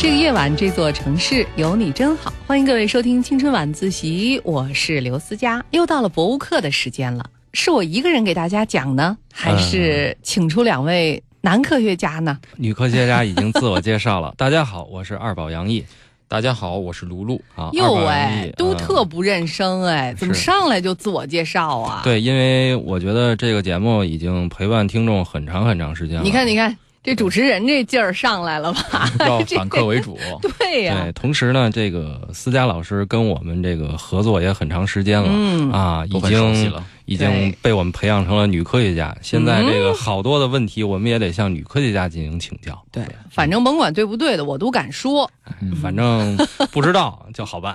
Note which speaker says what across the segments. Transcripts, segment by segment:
Speaker 1: 这个夜晚，这座城市有你真好。欢迎各位收听《青春晚自习》，我是刘思佳。又到了博物课的时间了，是我一个人给大家讲呢，还
Speaker 2: 嗯
Speaker 1: 是请出两位男科学家呢？
Speaker 2: 女科学家已经自我介绍了。 大家好，我是二宝杨毅。
Speaker 3: 大家好，我是卢璐
Speaker 2: 啊。
Speaker 1: 哟
Speaker 2: 二宝杨
Speaker 1: 哎喂
Speaker 2: 毅，
Speaker 1: 都
Speaker 2: 嗯
Speaker 1: 特不认生哎，怎么
Speaker 2: 是
Speaker 1: 上来就自我介绍啊？，
Speaker 2: 对，因为我觉得这个节目已经陪伴听众很长很长时间了。
Speaker 1: 你看，你看这主持人这劲儿上来了吧？
Speaker 3: 要反客为 主。
Speaker 1: 对呀、
Speaker 2: 嗯对，同时呢，这个思佳老师跟我们这个合作也很长时间了、
Speaker 1: 嗯，
Speaker 2: 啊，
Speaker 3: 都
Speaker 2: 已
Speaker 3: 很熟悉
Speaker 2: 经
Speaker 3: 了，
Speaker 2: 已经被我们培养成了女科学家。现在这
Speaker 1: 嗯
Speaker 2: 个好多的问题，我们也得向女科学家进行请教。
Speaker 1: 对，反正甭管对不对的，我都敢说。
Speaker 3: 嗯
Speaker 2: 反正不知道就好办。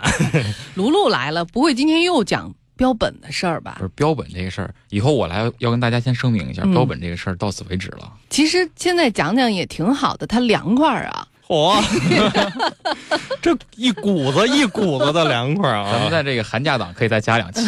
Speaker 1: 卢璐来了，不会今天又讲标本的事儿吧
Speaker 3: 不？是标本这个事儿，以后我来要跟大家先声明一下，
Speaker 1: 嗯
Speaker 3: 标本这个事儿到此为止了。
Speaker 1: 其实现在讲讲也挺好的，它凉快儿啊。
Speaker 2: 嚯， 这一股子一股子的凉快啊！
Speaker 3: 咱们在这个寒假档可以再加两期，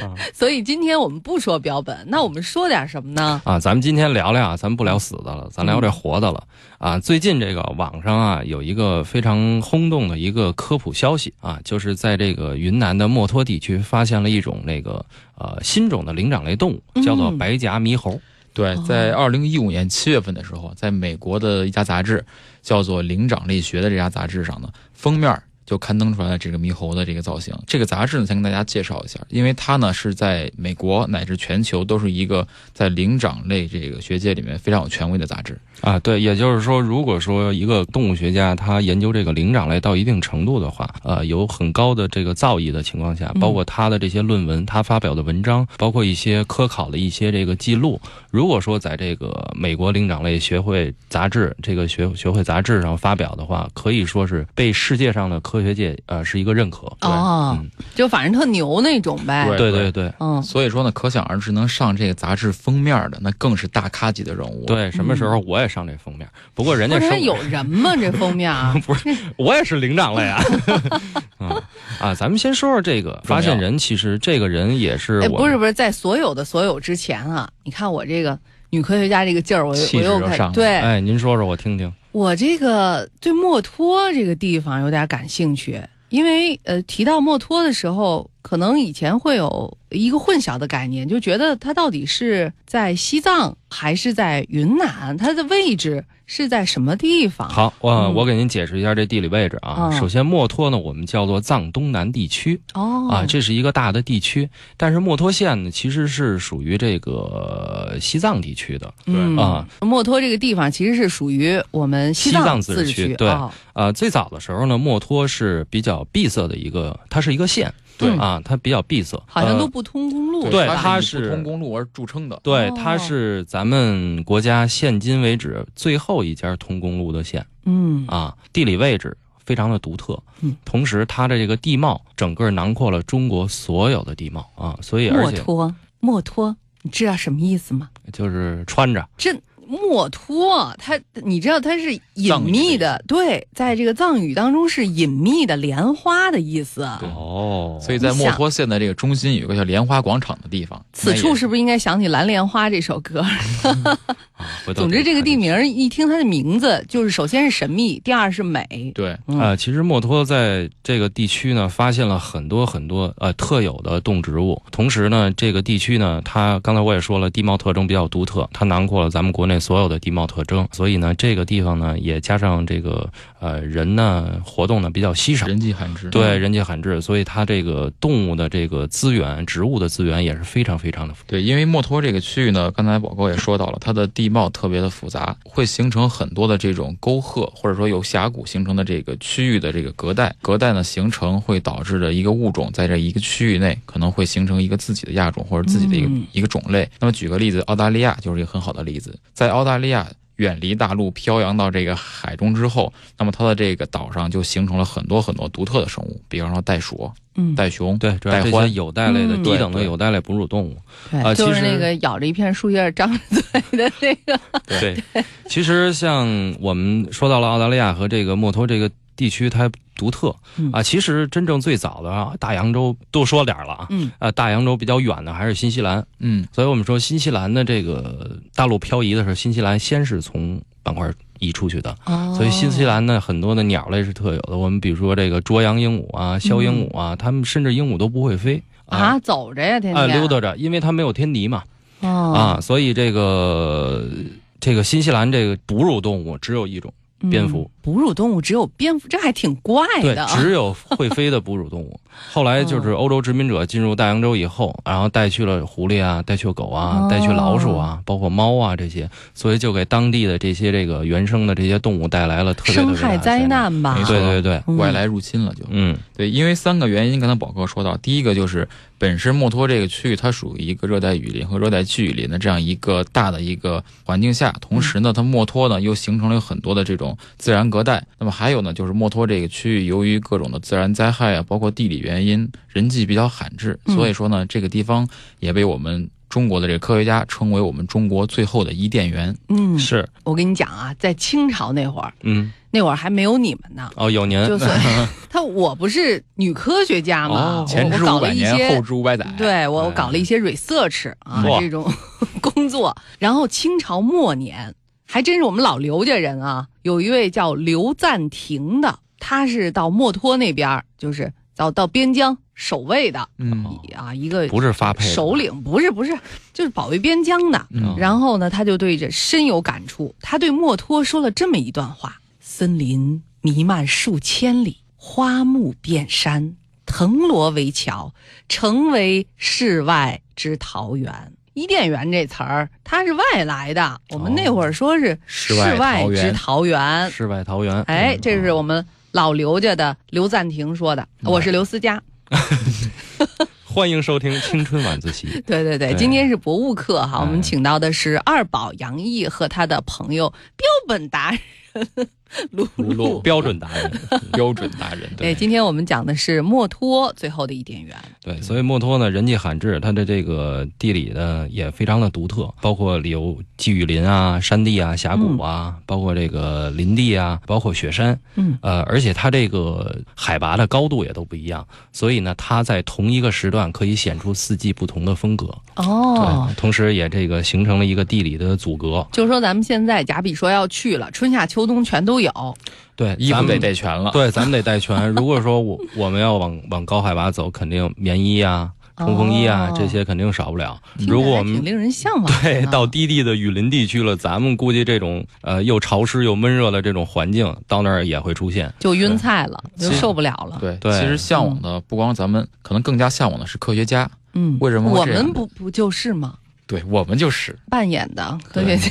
Speaker 1: 嗯所以今天我们不说标本，那我们说点什么呢？
Speaker 2: 啊，咱们今天聊聊啊，咱们不聊死的了，咱聊这活的了、啊。最近这个网上啊有一个非常轰动的一个科普消息啊，就是在这个云南的墨脱地区发现了一种那个呃新种的灵长类动物，叫做
Speaker 1: 嗯
Speaker 2: 白颊猕猴。
Speaker 3: 对
Speaker 1: 哦，
Speaker 3: 在二零一五年七月份的时候，在美国的一家杂志叫做《灵长类学》的这家杂志上呢，封面就刊登出来了这个猕猴的这个造型。这个杂志呢，先跟大家介绍一下，因为它呢是在美国乃至全球都是一个在灵长类这个学界里面非常有权威的杂志。
Speaker 2: 啊，对，也就是说，如果说一个动物学家他研究这个灵长类到一定程度的话，呃，有很高的这个造诣的情况下，
Speaker 1: 嗯
Speaker 2: 包括他的这些论文，他发表的文章，包括一些科考的一些这个记录，如果说在这个美国灵长类学会杂志这个学学会杂志上发表的话，可以说是被世界上的科学界呃是一个认可。
Speaker 3: 对
Speaker 1: 哦，
Speaker 2: 嗯
Speaker 1: 就反正特牛那种呗。
Speaker 3: 对
Speaker 2: 对对对
Speaker 1: 嗯，
Speaker 3: 所以说呢，可想而知，能上这个杂志封面的，那更是大咖级的人物。，
Speaker 2: 对，什么时候我也上这封面？不过人
Speaker 1: 嗯不
Speaker 2: 家
Speaker 1: 是
Speaker 2: 上
Speaker 1: 它有人吗？这封面啊儿
Speaker 2: 我也是灵 长类啊。啊啊，咱们先说说这个发现人，其实这个人也是
Speaker 1: 哎，
Speaker 2: 我，
Speaker 1: 不是不是，在所有的所有之前啊，你看我这个女科学家这个劲儿，我又
Speaker 3: 气
Speaker 1: 我
Speaker 3: 质
Speaker 1: 又
Speaker 3: 又
Speaker 1: 开
Speaker 3: 上来
Speaker 1: 对、
Speaker 2: 哎，您说说我听听。
Speaker 1: 我这个对墨脱这个地方有点感兴趣，因为呃，提到墨脱的时候，可能以前会有一个混淆的概念，就觉得它到底是在西藏还是在云南，它的位置是在什么地方？
Speaker 2: 好，我、
Speaker 1: 嗯
Speaker 2: 我给您解释一下这地理位置啊。
Speaker 1: 嗯
Speaker 2: 首先，墨脱呢，我们叫做藏东南地区
Speaker 1: 哦，
Speaker 2: 啊，这是一个大的地区。但是墨脱县呢，其实是属于这个呃西藏地区的。
Speaker 1: 嗯
Speaker 2: 啊，
Speaker 1: 墨脱这个地方其实是属于我们西
Speaker 2: 西藏
Speaker 1: 自
Speaker 2: 自治
Speaker 1: 区，
Speaker 2: 区对
Speaker 1: 哦
Speaker 2: 呃，最早的时候呢，墨脱是比较闭塞的一个，它是一个县，
Speaker 3: 对
Speaker 1: 嗯
Speaker 2: 啊，它比较闭塞，
Speaker 1: 好像
Speaker 2: 呃
Speaker 1: 都不通公路，
Speaker 2: 对
Speaker 1: 吧
Speaker 2: 它
Speaker 3: 它
Speaker 2: 是
Speaker 3: 以不通公路而著称的。
Speaker 2: 对，
Speaker 1: 哦
Speaker 2: 它是咱们国家现今为止最后一家通公路的县
Speaker 1: 嗯
Speaker 2: 啊，地理位置非常的独特，
Speaker 1: 嗯，
Speaker 2: 同时它的这个地貌整个囊括了中国所有的地貌啊，所以而
Speaker 1: 墨
Speaker 2: 且
Speaker 1: 脱墨脱，你知道什么意思吗？
Speaker 2: 就是穿着
Speaker 1: 这墨脱，它你知道它是隐
Speaker 3: 藏语的
Speaker 1: 秘
Speaker 3: 意
Speaker 1: 的，对，在这个藏语当中是隐秘的莲花的意思。
Speaker 3: 对
Speaker 2: 哦
Speaker 3: 所以在
Speaker 1: 你
Speaker 3: 墨
Speaker 1: 想
Speaker 3: 脱县的这个中心有一个叫莲花广场的地方，
Speaker 1: 此
Speaker 3: 那
Speaker 1: 处
Speaker 3: 也
Speaker 1: 是不是应该想起《蓝莲花》这首歌？
Speaker 2: 啊，回头
Speaker 1: 总
Speaker 2: 可
Speaker 1: 之，
Speaker 2: 以
Speaker 1: 这个
Speaker 2: 看
Speaker 1: 地
Speaker 2: 一下
Speaker 1: 名儿一听它的名字，就是首先是神秘，第二是美。
Speaker 3: 对，
Speaker 1: 嗯
Speaker 2: 啊、其实墨脱在这个地区呢，发现了很多很多呃特有的动植物。同时呢，这个地区呢，它刚才我也说了，地貌特征比较独特，它囊括了咱们国内所有的地貌特征。所以呢，这个地方呢，也加上这个呃人呢活动呢比较稀少，
Speaker 3: 人迹罕至。
Speaker 2: 对人迹罕至，所以它这个动物的这个资源、植物的资源也是非常非常的丰
Speaker 3: 对，因为墨脱这个区域呢，刚才宝哥也说到了，它的地貌特别的复杂，会形成很多的这种沟壑，或者说由峡谷形成的这个区域的这个隔带。隔带呢形成会导致的一个物种在这一个区域内可能会形成一个自己的亚种或者自己的一个、
Speaker 1: 嗯
Speaker 3: 一个种类。那么举个例子，澳大利亚就是一个很好的例子，在澳大利亚。远离大陆，漂洋到这个海中之后，那么它的这个岛上就形成了很多很多独特的生物，比方说袋鼠、
Speaker 1: 嗯，
Speaker 3: 袋熊，
Speaker 2: 对，主要这
Speaker 3: 带
Speaker 2: 些
Speaker 3: 欢
Speaker 2: 有袋类的、
Speaker 1: 嗯
Speaker 2: 低等的
Speaker 3: 对对
Speaker 2: 有袋类哺乳动物，
Speaker 1: 对，
Speaker 2: 啊
Speaker 1: 就是
Speaker 2: 其实
Speaker 1: 那个咬着一片树叶儿张着嘴的那 个。
Speaker 2: 对，其实像我们说到了澳大利亚和这个墨脱这个地区，它独特
Speaker 1: 嗯
Speaker 2: 啊。其实真正最早的啊，大洋洲多说点儿了啊。
Speaker 1: 嗯
Speaker 2: 呃，大洋洲比较远的还是新西兰，
Speaker 3: 嗯，
Speaker 2: 所以我们说新西兰的这个大陆漂移的时候，新西兰先是从板块移出去的。
Speaker 1: 哦，
Speaker 2: 所以新西兰呢，很多的鸟类是特有的。我们比如说这个啄阳鹦鹉啊、鸮鹦鹉啊，它们甚至鹦鹉都不会飞啊
Speaker 1: 嗯啊，走着呀，天
Speaker 2: 啊
Speaker 1: 天
Speaker 2: 溜达着，因为它没有天敌嘛
Speaker 1: 哦
Speaker 2: 啊，所以这个这个新西兰这个哺乳动物只有一种。蝙蝠
Speaker 1: 嗯哺乳动物只有蝙蝠，这还挺怪
Speaker 2: 对
Speaker 1: 的，。啊
Speaker 2: 只有会飞的哺乳动 物。后来就是欧洲殖民者进入大洋洲以后，然后带去了狐狸啊，带去狗啊
Speaker 1: 哦，
Speaker 2: 带去老鼠啊，包括猫啊这些，所以就给当地的这些这个原生的这些动物带来了特别特
Speaker 1: 生
Speaker 2: 别大
Speaker 1: 态
Speaker 2: 的
Speaker 1: 灾。难吧
Speaker 3: 没？错
Speaker 2: 对对对，
Speaker 1: 嗯
Speaker 3: 外来入侵了就。
Speaker 2: 嗯
Speaker 3: 对，因为三个原因，刚才宝哥说到，第一个就是本身墨脱这个区域它属于一个热带雨林和热带季雨林的这样一个大的一个环境下，同时
Speaker 1: 嗯
Speaker 3: 呢，它墨脱呢又形成了有很多的这种自然隔代。那么还有呢，就是墨脱这个区域由于各种的自然灾害啊，包括地理原因，人迹比较罕至，
Speaker 1: 嗯
Speaker 3: 所以说呢，这个地方也被我们中国的这个科学家称为我们中国最后的伊甸园。
Speaker 1: 嗯，
Speaker 2: 是
Speaker 1: 我跟你讲啊，在清朝那会儿，
Speaker 2: 嗯
Speaker 1: 那会儿还没有你们呢，
Speaker 2: 哦，有您
Speaker 3: 嗯
Speaker 1: 就算 他我不是女科学家嘛，
Speaker 2: 哦
Speaker 1: 我
Speaker 3: 前
Speaker 1: 啊我
Speaker 3: 知
Speaker 1: 搞了
Speaker 3: 五百
Speaker 1: 一
Speaker 3: 年，
Speaker 1: 些
Speaker 3: 后知五百载。
Speaker 1: 对我
Speaker 3: 哎
Speaker 1: 我搞了一些 research 啊、
Speaker 2: 哇
Speaker 1: 这种 工作，然后清朝末年还真是我们老刘家人啊，有一位叫刘赞廷的，他是到墨脱那边儿，就是到到边疆守卫的
Speaker 3: 嗯
Speaker 1: 啊，一个
Speaker 2: 不是发配的
Speaker 1: 首领，不是不是，就是保卫边疆的。
Speaker 3: 嗯，
Speaker 1: 然后呢，他就对这深有感触，他对墨脱说了这么一段话：森林弥漫数千里，花木遍山，藤萝为桥，成为世外之桃源。伊甸园这词儿，它是外来的，我们那会儿说啊是世
Speaker 3: 世外桃源
Speaker 1: 之桃源。
Speaker 2: 世外桃源。
Speaker 1: 哎，
Speaker 2: 嗯
Speaker 1: 这是我们老刘家的刘赞廷说的，我是刘思佳。
Speaker 2: 嗯欢迎收听青春晚
Speaker 1: 。
Speaker 2: 自习
Speaker 1: 对对对，
Speaker 2: 对
Speaker 1: 今天是博物课哈，
Speaker 2: 哎
Speaker 1: 我们请到的是二宝杨毅和他的朋友标本达人卢
Speaker 3: 卢
Speaker 1: 璐。
Speaker 2: 标准达人，
Speaker 3: 标准达人，
Speaker 1: 对，
Speaker 3: 对，
Speaker 1: 哎今天我们讲的是墨脱最后的伊甸园。
Speaker 2: 对，所以墨脱呢，人迹罕至，它的这个地理呢也非常的独特，包括有季雨林啊、山地啊、峡谷啊，包括这个林地啊，包括雪山，
Speaker 1: 嗯，
Speaker 2: 呃，而且它这个海拔的高度也都不一样，所以呢，它在同一个时段可以显出四季不同的风格，
Speaker 1: 哦，
Speaker 2: 对，同时也这个形成了一个地理的阻隔，
Speaker 1: 就说咱们现在，假比说要去了，春夏秋冬全都有。
Speaker 2: 对，
Speaker 3: 衣
Speaker 2: 咱
Speaker 3: 服
Speaker 2: 们
Speaker 3: 得带全了。
Speaker 2: 对，咱们得带全。如果说我我们要往往高海拔走，肯定棉衣啊、冲锋衣啊、
Speaker 1: 哦
Speaker 2: 这些肯定少不了。
Speaker 1: 听起来
Speaker 2: 如果我
Speaker 1: 挺
Speaker 2: 们
Speaker 1: 令人向往的呢，
Speaker 2: 对，哎到低地的雨林地区了，咱们估计这种呃又潮湿又闷热的这种环境，到那儿也会出现。
Speaker 1: 就晕菜了，就
Speaker 3: 其实
Speaker 1: 受不了了。
Speaker 3: 对，嗯
Speaker 2: 对
Speaker 3: 啊其实向往的不光咱们，可能更加向往的是科学家。
Speaker 1: 嗯，
Speaker 3: 为什么
Speaker 1: 我
Speaker 3: 会这样
Speaker 1: 们不不就是吗？
Speaker 3: 对我们就是。
Speaker 1: 扮演的科学家，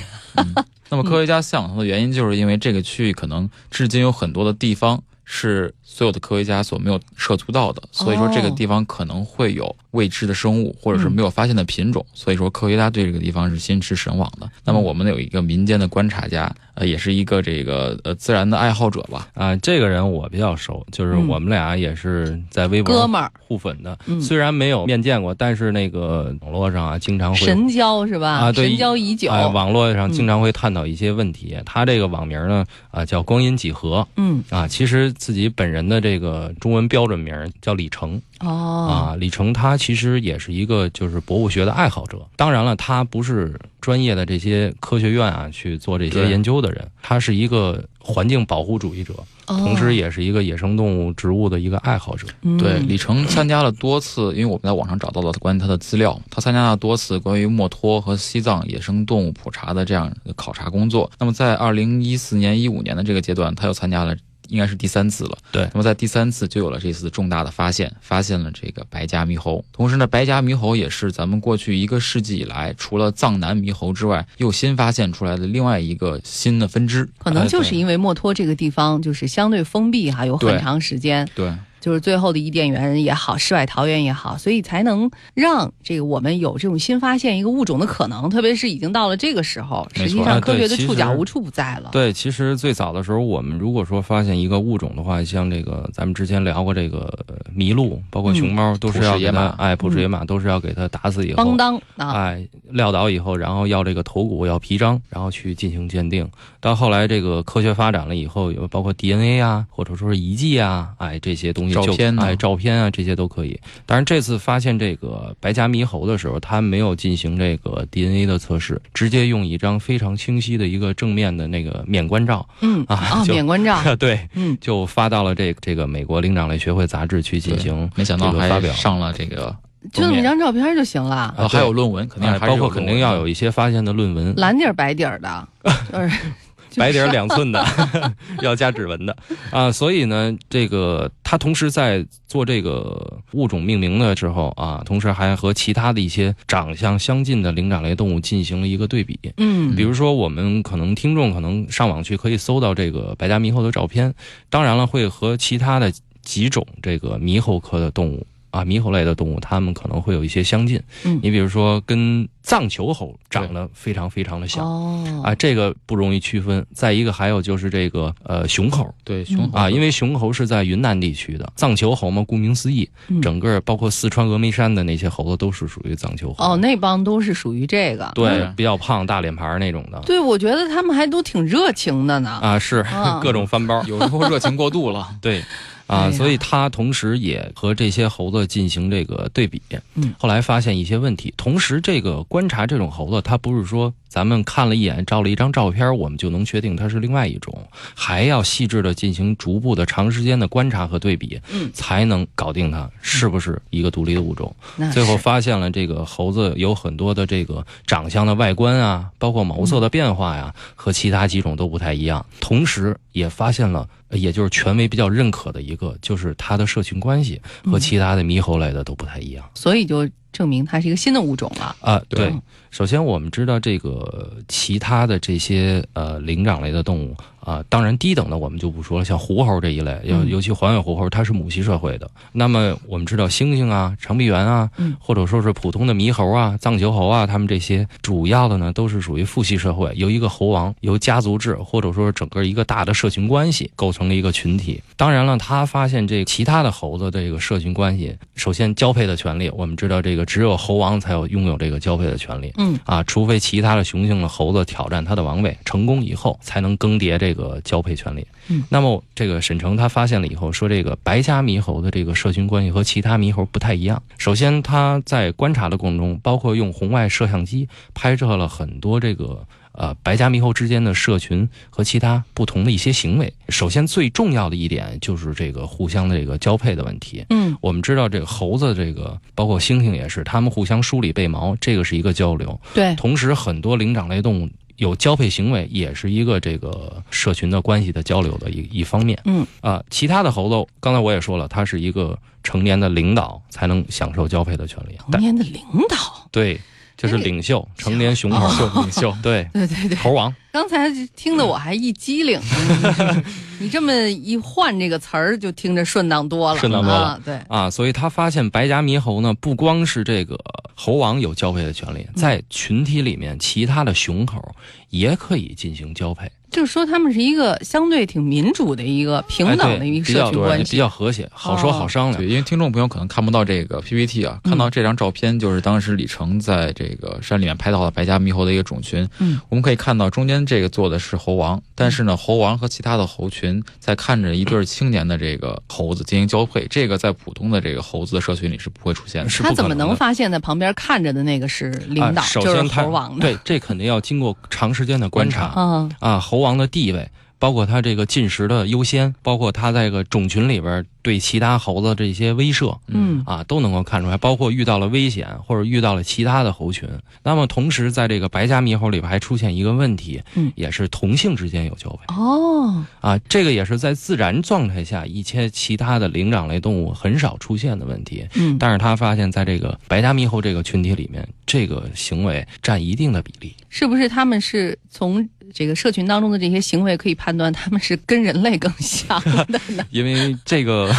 Speaker 3: 那么科学家向往它的原因，就是因为这个区域可能至今有很多的地方是所有的科学家所没有涉足到的，所以说这个地方可能会有未知的生物，或者是没有发现的品种，所以说科学家对这个地方是心驰神往的。那么我们有一个民间的观察家，呃，也是一个这个呃自然的爱好者吧。
Speaker 2: 啊、这个人我比较熟，就是
Speaker 1: 嗯
Speaker 2: 我们俩也是在微博
Speaker 1: 哥们儿，
Speaker 2: 互粉的，
Speaker 1: 嗯
Speaker 2: 虽然没有面见过，但是那个网络上啊，经常会
Speaker 1: 神嗯交是吧？
Speaker 2: 啊对
Speaker 1: 神交已久。
Speaker 2: 哎，网络上经常会探讨一些问题。他这个网名呢，啊，叫光阴几何
Speaker 1: 嗯，
Speaker 2: 啊。其实自己本人的这个中文标准名叫李成，
Speaker 1: 哦，
Speaker 2: 啊，李成他其实也是一个就是博物学的爱好者。当然了，他不是专业的这些科学院啊去做这些
Speaker 3: 对
Speaker 2: 研究的人，他是一个环境保护主义者，同时也是一个野生动物、植物的一个爱好者。
Speaker 1: 哦
Speaker 3: 对，
Speaker 1: 嗯
Speaker 3: 李成参加了多次，因为我们在网上找到了关于他的资料，他参加了多次关于墨脱和西藏野生动物普查的这样的考察工作。那么在二零一四年、一五年的这个阶段，他又参加了。应该是第三次了，
Speaker 2: 对
Speaker 3: 那么在第三次就有了这次重大的发现，发现了这个白颊猕猴。同时呢，白颊猕猴也是咱们过去一个世纪以来，除了藏南猕猴之外，又新发现出来的另外一个新的分支。
Speaker 1: 可能就是
Speaker 2: 哎
Speaker 1: 因为墨脱这个地方就是相对封闭哈、有很
Speaker 3: 对
Speaker 1: 长时间，
Speaker 3: 对，
Speaker 1: 就是最后的伊甸园也好，世外桃源也好，所以才能让这个我们有这种新发现一个物种的可能，特别是已经到了这个时候，
Speaker 3: 没错
Speaker 1: 实际上
Speaker 2: 哎
Speaker 1: 科学的
Speaker 2: 对
Speaker 1: 触角
Speaker 2: 其实
Speaker 1: 无处不在了。
Speaker 2: 对，其实最早的时候，我们如果说发现一个物种的话，像这个咱们之前聊过这个呃麋鹿，包括熊猫，都是要给
Speaker 3: 捕食
Speaker 2: 它
Speaker 3: 野马
Speaker 2: 哎捕食野马都是要给它打死以后
Speaker 1: 邦，当啊，
Speaker 2: 哎，撂倒以后，然后要这个头骨，要皮张，然后去进行鉴定。到后来这个科学发展了以后，有包括 DNA 啊，或者说是遗迹啊，哎，这些东西西就
Speaker 3: 照片呢
Speaker 2: 哎照片啊这些都可以。但是这次发现这个白颊猕猴的时候，它没有进行这个 DNA 的测试，直接用一张非常清晰的一个正面的那个面观 照
Speaker 1: 嗯
Speaker 2: 啊
Speaker 1: 啊，
Speaker 2: 就
Speaker 1: 免关照，
Speaker 2: 对，
Speaker 1: 嗯，
Speaker 2: 就发到了这个、这个美国灵长类学会杂志去进行
Speaker 3: 没想到
Speaker 2: 这个发
Speaker 3: 还
Speaker 2: 表
Speaker 3: 上了这个，
Speaker 1: 就那么一张照片就行了，
Speaker 2: 啊
Speaker 3: 呃，
Speaker 2: 对
Speaker 3: 还有论文，肯定
Speaker 2: 哎
Speaker 3: 还是
Speaker 2: 包括
Speaker 3: 有论
Speaker 2: 肯
Speaker 3: 文
Speaker 2: 定要
Speaker 3: 的
Speaker 2: 有一些发现的论文，
Speaker 1: 蓝底儿白底儿的，就是
Speaker 2: 白底儿两寸的， 要加指纹的啊。所以呢，这个他同时在做这个物种命名的时候啊，同时还和其他的一些长相相近的灵长类动物进行了一个对比。
Speaker 1: 嗯
Speaker 2: 比如说，我们可能听众可能上网去可以搜到这个白颊猕猴的照片，当然了，会和其他的几种这个猕猴科的动物啊，猕猴类的动物，它们可能会有一些相近。
Speaker 1: 嗯
Speaker 2: 你比如说，跟藏球猴长得非常非常的像。
Speaker 1: 哦
Speaker 2: 啊，这个不容易区分。再一个，还有就是这个呃熊猴
Speaker 3: 对熊
Speaker 2: 啊，
Speaker 1: 嗯
Speaker 2: 因
Speaker 3: 为
Speaker 2: 为熊猴是在云南地区的，藏球猴嘛，顾名思义，
Speaker 1: 嗯
Speaker 2: 整个包括四川峨眉山的那些猴子都是属于藏球猴。
Speaker 1: 哦，那帮都是属于这个，
Speaker 2: 对
Speaker 3: 嗯，
Speaker 2: 比较胖、大脸盘儿那种的
Speaker 1: 对，我觉得他们还都挺热情的呢，
Speaker 2: 啊，是
Speaker 1: 啊
Speaker 2: 各种翻包儿。，
Speaker 3: 有时候热情过度了
Speaker 2: 对，
Speaker 1: 哎
Speaker 2: 啊，
Speaker 1: 呀
Speaker 2: 所以他同时也和这些猴子进行这个对比，
Speaker 1: 嗯，
Speaker 2: 后来发现一些问题。同时，这个观察这种猴子，它不是说咱们看了一眼，照了一张照片，我们就能确定它是另外一种，还要细致的进行逐步的长时间的观察和对比，
Speaker 1: 嗯
Speaker 2: 才能搞定它是不是一个独立的物种。
Speaker 1: 那
Speaker 2: 最后
Speaker 1: 是
Speaker 2: 发现了这个猴子有很多的这个长相的外观啊，包括毛色的变化呀、和其他几种都不太一样。同时也发现了，呃也就是权威比较认可的一个，就是它的社群关系和其他的猕猴类的都不太一样。
Speaker 1: 所以就证明它是一个新的物种了，
Speaker 2: 啊，
Speaker 3: 对
Speaker 2: 对，首先我们知道这个其他的这些呃灵长类的动物啊、当然低等的我们就不说了，像狐猴这一类，尤
Speaker 1: 嗯
Speaker 2: 尤其环尾狐猴，它是母系社会的。那么我们知道猩猩啊、长臂猿啊
Speaker 1: 嗯，
Speaker 2: 或者说是普通的猕猴啊、藏球猴啊，它们这些主要的呢都是属于父系社会，由一个猴王、由家族制，或者说是整个一个大的社群关系构成了一个群体。当然了，他发现这其他的猴子这个社群关系，首先交配的权利，我们知道这个只有猴王才有拥有这个交配的权利。
Speaker 1: 嗯
Speaker 2: 啊，除非其他的雄性的猴子挑战它的王位成功以后，才能更迭这个交配权利。
Speaker 1: 嗯
Speaker 2: 那么这个沈城他发现了以后，说这个白颊猕猴的这个社群关系和其他猕猴不太一样。首先，他在观察的过程中，包括用红外摄像机拍摄了很多这个。呃，白颊猕猴之间的社群和其他不同的一些行为，首先最重要的一点就是这个互相的这个交配的问题。
Speaker 1: 嗯
Speaker 2: 我们知道这个猴子，这个包括猩猩也是，它们互相梳理背毛，这个是一个交流。
Speaker 1: 对，
Speaker 2: 同时，很多灵长类动物有交配行为，也是一个这个社群的关系的交流的一一方面。
Speaker 1: 嗯
Speaker 2: 啊、其他的猴子，刚才我也说了，它是一个成年的领导才能享受交配的权利。
Speaker 1: 童
Speaker 2: 但
Speaker 1: 年的领导，
Speaker 2: 对，这是
Speaker 1: 那个
Speaker 2: 领袖，成年雄
Speaker 1: 哎哦
Speaker 2: 猴，
Speaker 3: 秀领袖。
Speaker 2: 对，
Speaker 1: 对对对，
Speaker 2: 猴王。
Speaker 1: 刚才听得我还一激 灵，你这么一换这个词儿，就听着顺当多了，
Speaker 2: 顺当多了
Speaker 1: 啊，对，
Speaker 2: 啊，所以他发现白颊猕猴呢，不光是这个猴王有交配的权
Speaker 1: 嗯
Speaker 2: 利，在群体里面，其他的雄猴也可以进行交配，
Speaker 1: 就是说他们是一个相对挺民主的一个平
Speaker 2: 哎
Speaker 1: 等的
Speaker 2: 对
Speaker 1: 一个
Speaker 2: 比
Speaker 1: 社
Speaker 2: 较哎
Speaker 1: 群
Speaker 2: 对
Speaker 1: 关
Speaker 2: 比
Speaker 1: 系，哦
Speaker 2: 较和谐，好说好商量。
Speaker 3: 对，因为听众朋友可能看不到这个 PPT 啊，
Speaker 1: 嗯
Speaker 3: 看到这张照片就是当时李成在这个山里面拍到的白颊猕猴的一个种群。
Speaker 1: 嗯，
Speaker 3: 我们可以看到中间这个做的是猴王，但是呢，猴王和其他的猴群在看着一对儿青年的这个猴子进行交配，这个在普通的这个猴子的社群里是不会出现的。
Speaker 2: 是不
Speaker 1: 他怎么
Speaker 2: 可能
Speaker 1: 能
Speaker 2: 的
Speaker 1: 发现在旁边看着的那个是领导，
Speaker 2: 啊、首
Speaker 1: 就是
Speaker 2: 先他
Speaker 1: 猴王的？
Speaker 2: 对，这肯定要经过长时间的观察
Speaker 1: 啊，
Speaker 2: 啊，猴王的地位。包括他这个进食的优先，包括他在这个种群里边对其他猴子这些威慑
Speaker 1: 嗯
Speaker 2: 啊，都能够看出来。包括遇到了危险或者遇到了其他的猴群，那么同时在这个白颊猕猴里边还出现一个问题，
Speaker 1: 嗯
Speaker 2: 也是同性之间有交配。
Speaker 1: 哦，
Speaker 2: 啊，这个也是在自然状态下，一些其他的灵长类动物很少出现的问题。
Speaker 1: 嗯，
Speaker 2: 但是他发现，在这个白颊猕猴这个群体里面，这个行为占一定的比例。
Speaker 1: 是不是他们是从这个社群当中的这些行为可以判断他们是跟人类更像的呢？
Speaker 2: 因为这 个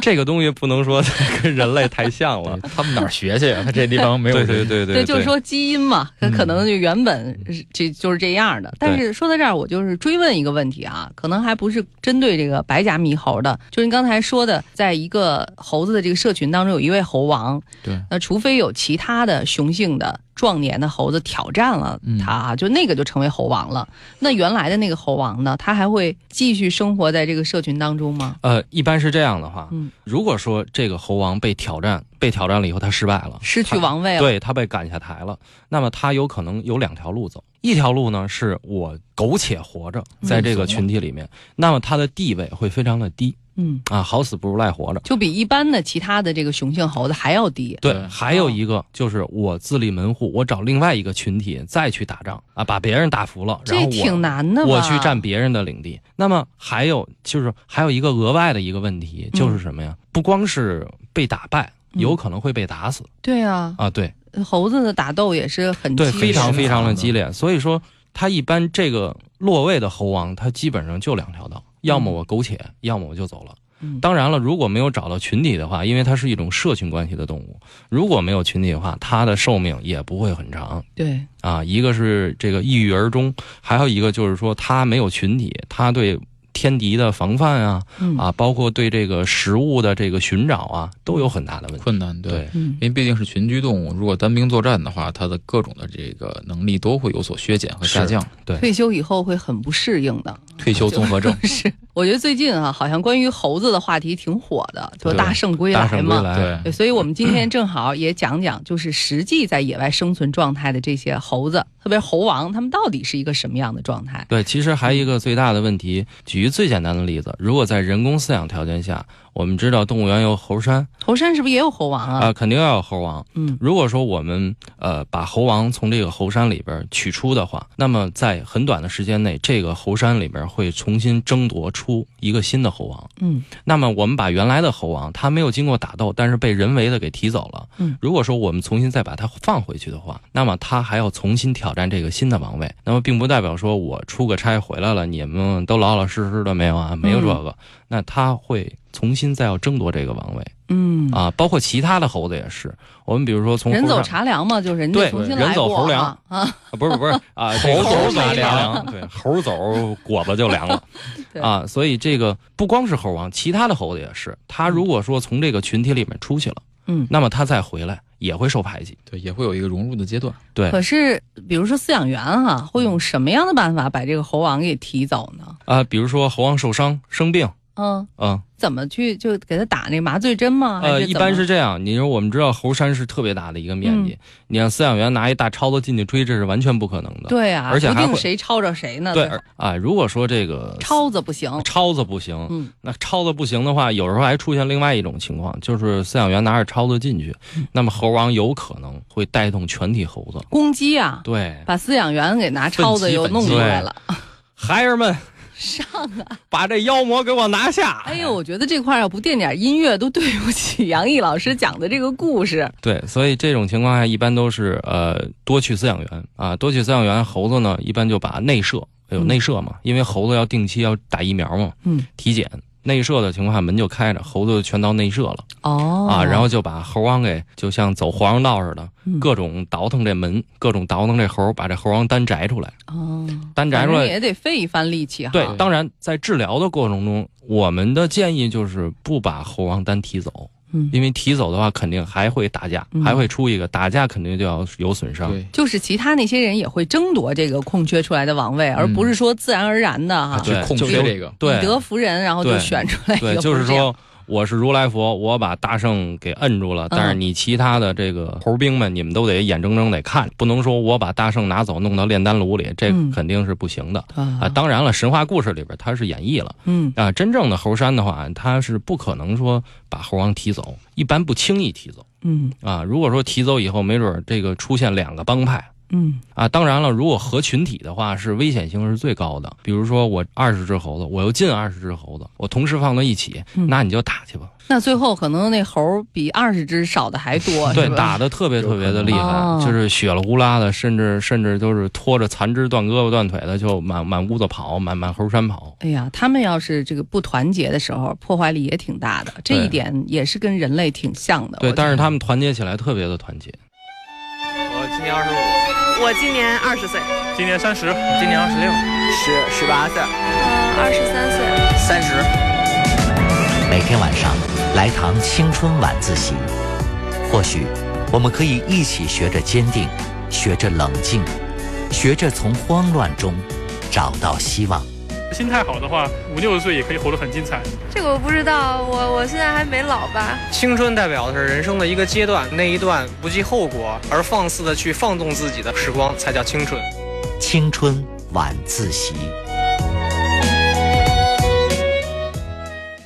Speaker 2: 这个东西不能说跟人类太像了
Speaker 3: 对。他们哪儿学去啊？ 他这地方没有
Speaker 2: 对
Speaker 3: 人。
Speaker 2: 对对对嗯
Speaker 1: 就是说基因嘛，它可能就原本是这就是这样的。但是说到这儿，我就是追问一个问题啊，可能还不是针对这个白颊猕猴的，就是您刚才说的，在一个猴子的这个社群当中，有一位猴王，
Speaker 3: 对
Speaker 1: 那除非有其他的雄性的壮年的猴子挑战了
Speaker 2: 嗯
Speaker 1: 它啊，就那个就成为猴王了。那原来的那个猴王呢，他还会继续生活在这个社群当中吗？
Speaker 2: 呃，一般是这样的话，
Speaker 1: 嗯
Speaker 2: 如果说这个猴王被挑战，被挑战了以后他失败了，
Speaker 1: 失去
Speaker 2: 他
Speaker 1: 王位了，
Speaker 2: 对他被赶下台了，那么他有可能有两条路走，一条路呢是我苟且活着，在这个群体里面，那么他的地位会非常的低
Speaker 1: 嗯，
Speaker 2: 啊，好死不如赖活着。
Speaker 1: 就比一般的其他的这个雄性猴子还要低。
Speaker 2: 对，
Speaker 3: 对
Speaker 2: 还有一个就是我自立门户，我找另外一个群体再去打仗啊，把别人打服了，然
Speaker 1: 这
Speaker 2: 后
Speaker 1: 挺
Speaker 2: 我
Speaker 1: 难的吧？
Speaker 2: 我去占别人的领地。那么还有就是还有一个额外的一个问题就是什么呀？不光是被打败，
Speaker 1: 嗯
Speaker 2: 有可能会被打死
Speaker 1: 对啊，
Speaker 2: 啊。对，
Speaker 1: 猴子的打斗也是很
Speaker 2: 对，
Speaker 1: 激
Speaker 2: 非常
Speaker 1: 烈的
Speaker 2: 非常的
Speaker 3: 的
Speaker 2: 激烈。所以说，他一般这个落位的猴王，他基本上就两条道，要么我苟且，要么我就走了。
Speaker 1: 嗯
Speaker 2: 当然了，如果没有找到群体的话，因为它是一种社群关系的动物，如果没有群体的话，它的寿命也不会很长
Speaker 1: 对，
Speaker 2: 啊。一个是这个抑郁而终，还有一个就是说它没有群体，它对天敌的防范啊
Speaker 1: 嗯
Speaker 2: 啊，包括对这个食物的这个寻找啊，都有很大的问题。
Speaker 3: 困难，对。
Speaker 2: 对，
Speaker 1: 嗯
Speaker 3: 因为毕竟是群居动物，如果单兵作战的话，它的各种的这个能力都会有所削减和下降。
Speaker 2: 对
Speaker 1: 退休以后会很不适应的。
Speaker 3: 退休 综合症，
Speaker 1: 是，我觉得最近啊，好像关于猴子的话题挺火的，就
Speaker 2: 对
Speaker 1: 大圣归
Speaker 2: 大
Speaker 1: 来
Speaker 2: 圣归
Speaker 1: 嘛。
Speaker 2: 来，
Speaker 1: 对，所以我们今天正好也讲讲，就是实际在野外生存状态的这些猴子，特别是猴王，他们到底是一个什么样的状态？
Speaker 2: 对，其实还有一个最大的问题，举一最简单的例子，如果在人工饲养条件下，我们知道动物园有猴山
Speaker 1: 猴山是不是也有猴王
Speaker 2: 啊、
Speaker 1: 啊？
Speaker 2: 肯定要有猴王。
Speaker 1: 嗯
Speaker 2: 如果说我们呃把猴王从这个猴山里边取出的话，那么在很短的时间内，这个猴山里边会重新争夺出一个新的猴王。
Speaker 1: 嗯
Speaker 2: 那么我们把原来的猴王，它没有经过打斗，但是被人为的给提走了。
Speaker 1: 嗯，
Speaker 2: 如果说我们重新再把它放回去的话，那么它还要重新挑战这个新的王位。那么并不代表说我出个差回来了，你们都老老实实的没有啊？没有这个，那它会重新再要争夺这个王位
Speaker 1: 嗯，
Speaker 2: 啊。包括其他的猴子也是，我们比如说从
Speaker 1: 人
Speaker 2: 猴
Speaker 1: 走
Speaker 2: 上
Speaker 1: 茶凉嘛，就是人家
Speaker 2: 对
Speaker 1: 重新
Speaker 2: 人
Speaker 1: 来
Speaker 2: 走
Speaker 1: 过
Speaker 2: 猴凉
Speaker 1: 啊。啊
Speaker 2: 啊不 是不是啊，这个
Speaker 3: 猴
Speaker 1: 走
Speaker 2: 马
Speaker 1: 马
Speaker 2: 凉
Speaker 1: 凉，
Speaker 2: 对，猴走果子就凉了
Speaker 1: 对
Speaker 2: 啊。所以这个不光是猴王，其他的猴子也是。他如果说从这个群体里面出去了，
Speaker 1: 嗯
Speaker 2: 那么他再回来也会受排挤。
Speaker 3: 对，也会有一个融入的阶段。
Speaker 2: 对，嗯
Speaker 1: 可是，比如说饲养员哈、会用什么样的办法把这个猴王给提走呢？
Speaker 2: 啊，比如说猴王受伤生病，
Speaker 1: 嗯，
Speaker 2: 嗯
Speaker 1: 怎么去就给他打那麻醉针吗？啊还
Speaker 2: 呃，
Speaker 1: 怎
Speaker 2: 一
Speaker 1: 么嗯
Speaker 2: 般是这样。你说我们知道猴山是特别大的一个面积，你让饲养员拿一大抄子进去追，这是完全不可能的。
Speaker 1: 对啊，
Speaker 2: 而且
Speaker 1: 不
Speaker 2: 还
Speaker 1: 定
Speaker 2: 会
Speaker 1: 谁抄着谁呢？
Speaker 2: 对
Speaker 1: 最后
Speaker 2: 而啊，如果说这个
Speaker 1: 抄子不行。
Speaker 2: 抄子不行，
Speaker 1: 嗯，
Speaker 2: 那抄的不行的话，有时候还出现另外一种情况，就是饲养员拿着抄子进去，
Speaker 1: 嗯
Speaker 2: 那么猴王有可能会带动全体猴子。
Speaker 1: 公鸡啊，
Speaker 2: 对，
Speaker 1: 把饲养员给拿抄子又弄出来了。
Speaker 2: 孩儿们，上啊，把这妖魔给我拿下！
Speaker 1: 哎呦，，我觉得这块儿要不垫点音乐，都对不起杨毅老师讲的这个故事。
Speaker 2: 对，所以这种情况下一般都是呃多去饲养员啊，多去饲养员，猴子呢一般就把内射，有
Speaker 1: 嗯
Speaker 2: 内射嘛，因为猴子要定期要打疫苗嘛，
Speaker 1: 嗯，
Speaker 2: 体检内射的情况下门就开着，猴子就全到内射了。
Speaker 1: 哦
Speaker 2: 啊，然后就把猴王给就像走皇上道似的，
Speaker 1: 嗯
Speaker 2: 各种倒腾这门，各种倒腾这猴，把这猴王单摘出来，
Speaker 1: 哦，
Speaker 2: 单摘
Speaker 1: 反
Speaker 2: 出
Speaker 1: 正
Speaker 2: 来。
Speaker 1: 也得费一番力气哈。啊
Speaker 2: 对，当然在治疗的过程中，我们的建议就是不把猴王单提走，
Speaker 1: 嗯，
Speaker 2: 因为提走的话肯定还会打架，
Speaker 1: 嗯
Speaker 2: 还会出一个打架，肯定就要有损伤。
Speaker 3: 对，
Speaker 1: 就是其他那些人也会争夺这个空缺出来的王位，而不是说自然而然的哈
Speaker 3: 啊，去
Speaker 2: 对
Speaker 3: 控
Speaker 2: 就
Speaker 3: 制
Speaker 2: 是
Speaker 3: 这个。
Speaker 1: 以德
Speaker 2: 对
Speaker 1: 服人，然后就
Speaker 2: 对
Speaker 1: 选出来一个。
Speaker 2: 对，就是
Speaker 1: 这样，
Speaker 2: 说。我是如来佛，我把大圣给摁住了，但是你其他的这个猴兵们，你们都得眼睁睁得看，不能说我把大圣拿走，弄到炼丹炉里，这
Speaker 1: 嗯
Speaker 2: 肯定是不行的。啊，
Speaker 1: 啊，
Speaker 2: 当然了，神话故事里边它是演绎了
Speaker 1: 嗯
Speaker 2: 啊，真正的猴山的话，它是不可能说把猴王提走，一般不轻易提走
Speaker 1: 嗯
Speaker 2: 啊。如果说提走以后，没准儿这个出现两个帮派
Speaker 1: 嗯
Speaker 2: 啊。当然了，如果合群体的话，是危险性是最高的。比如说我二十只猴子，我又进二十只猴子，我同时放到一起，
Speaker 1: 嗯
Speaker 2: 那你就打去吧。
Speaker 1: 那最后可能那猴儿比二十只少的还 多，
Speaker 2: 对
Speaker 1: 是，吧
Speaker 2: 打的特别特别的厉
Speaker 1: 有可能
Speaker 2: 害
Speaker 1: 哦，
Speaker 2: 就是血了呼啦的，甚至甚至都是拖着残肢断胳膊断腿的，就满满屋子跑，满满猴山跑。
Speaker 1: 哎呀，他们要是这个不团结的时候，破坏力也挺大的。这
Speaker 2: 对
Speaker 1: 一点也是跟人类挺像的。
Speaker 2: 对，
Speaker 1: 我觉
Speaker 2: 但
Speaker 1: 得
Speaker 2: 是他们团结起来特别的团结。
Speaker 4: 我今年二十五，
Speaker 5: 我今年二十岁，
Speaker 4: 今年三十，今年二十六，十十八岁，
Speaker 5: 嗯，二十三岁。
Speaker 4: 三十。
Speaker 6: 每天晚上来堂青春晚自习，或许我们可以一起学着坚定，学着冷静，学着从慌乱中找到希望。
Speaker 7: 心态好的话，五六十岁也可以活得很精彩。
Speaker 5: 这个我不知道，我我现在还没老吧？
Speaker 8: 青春代表的是人生的一个阶段，那一段不计后果而放肆的去放纵自己的时光才叫青春。
Speaker 6: 青春晚自习。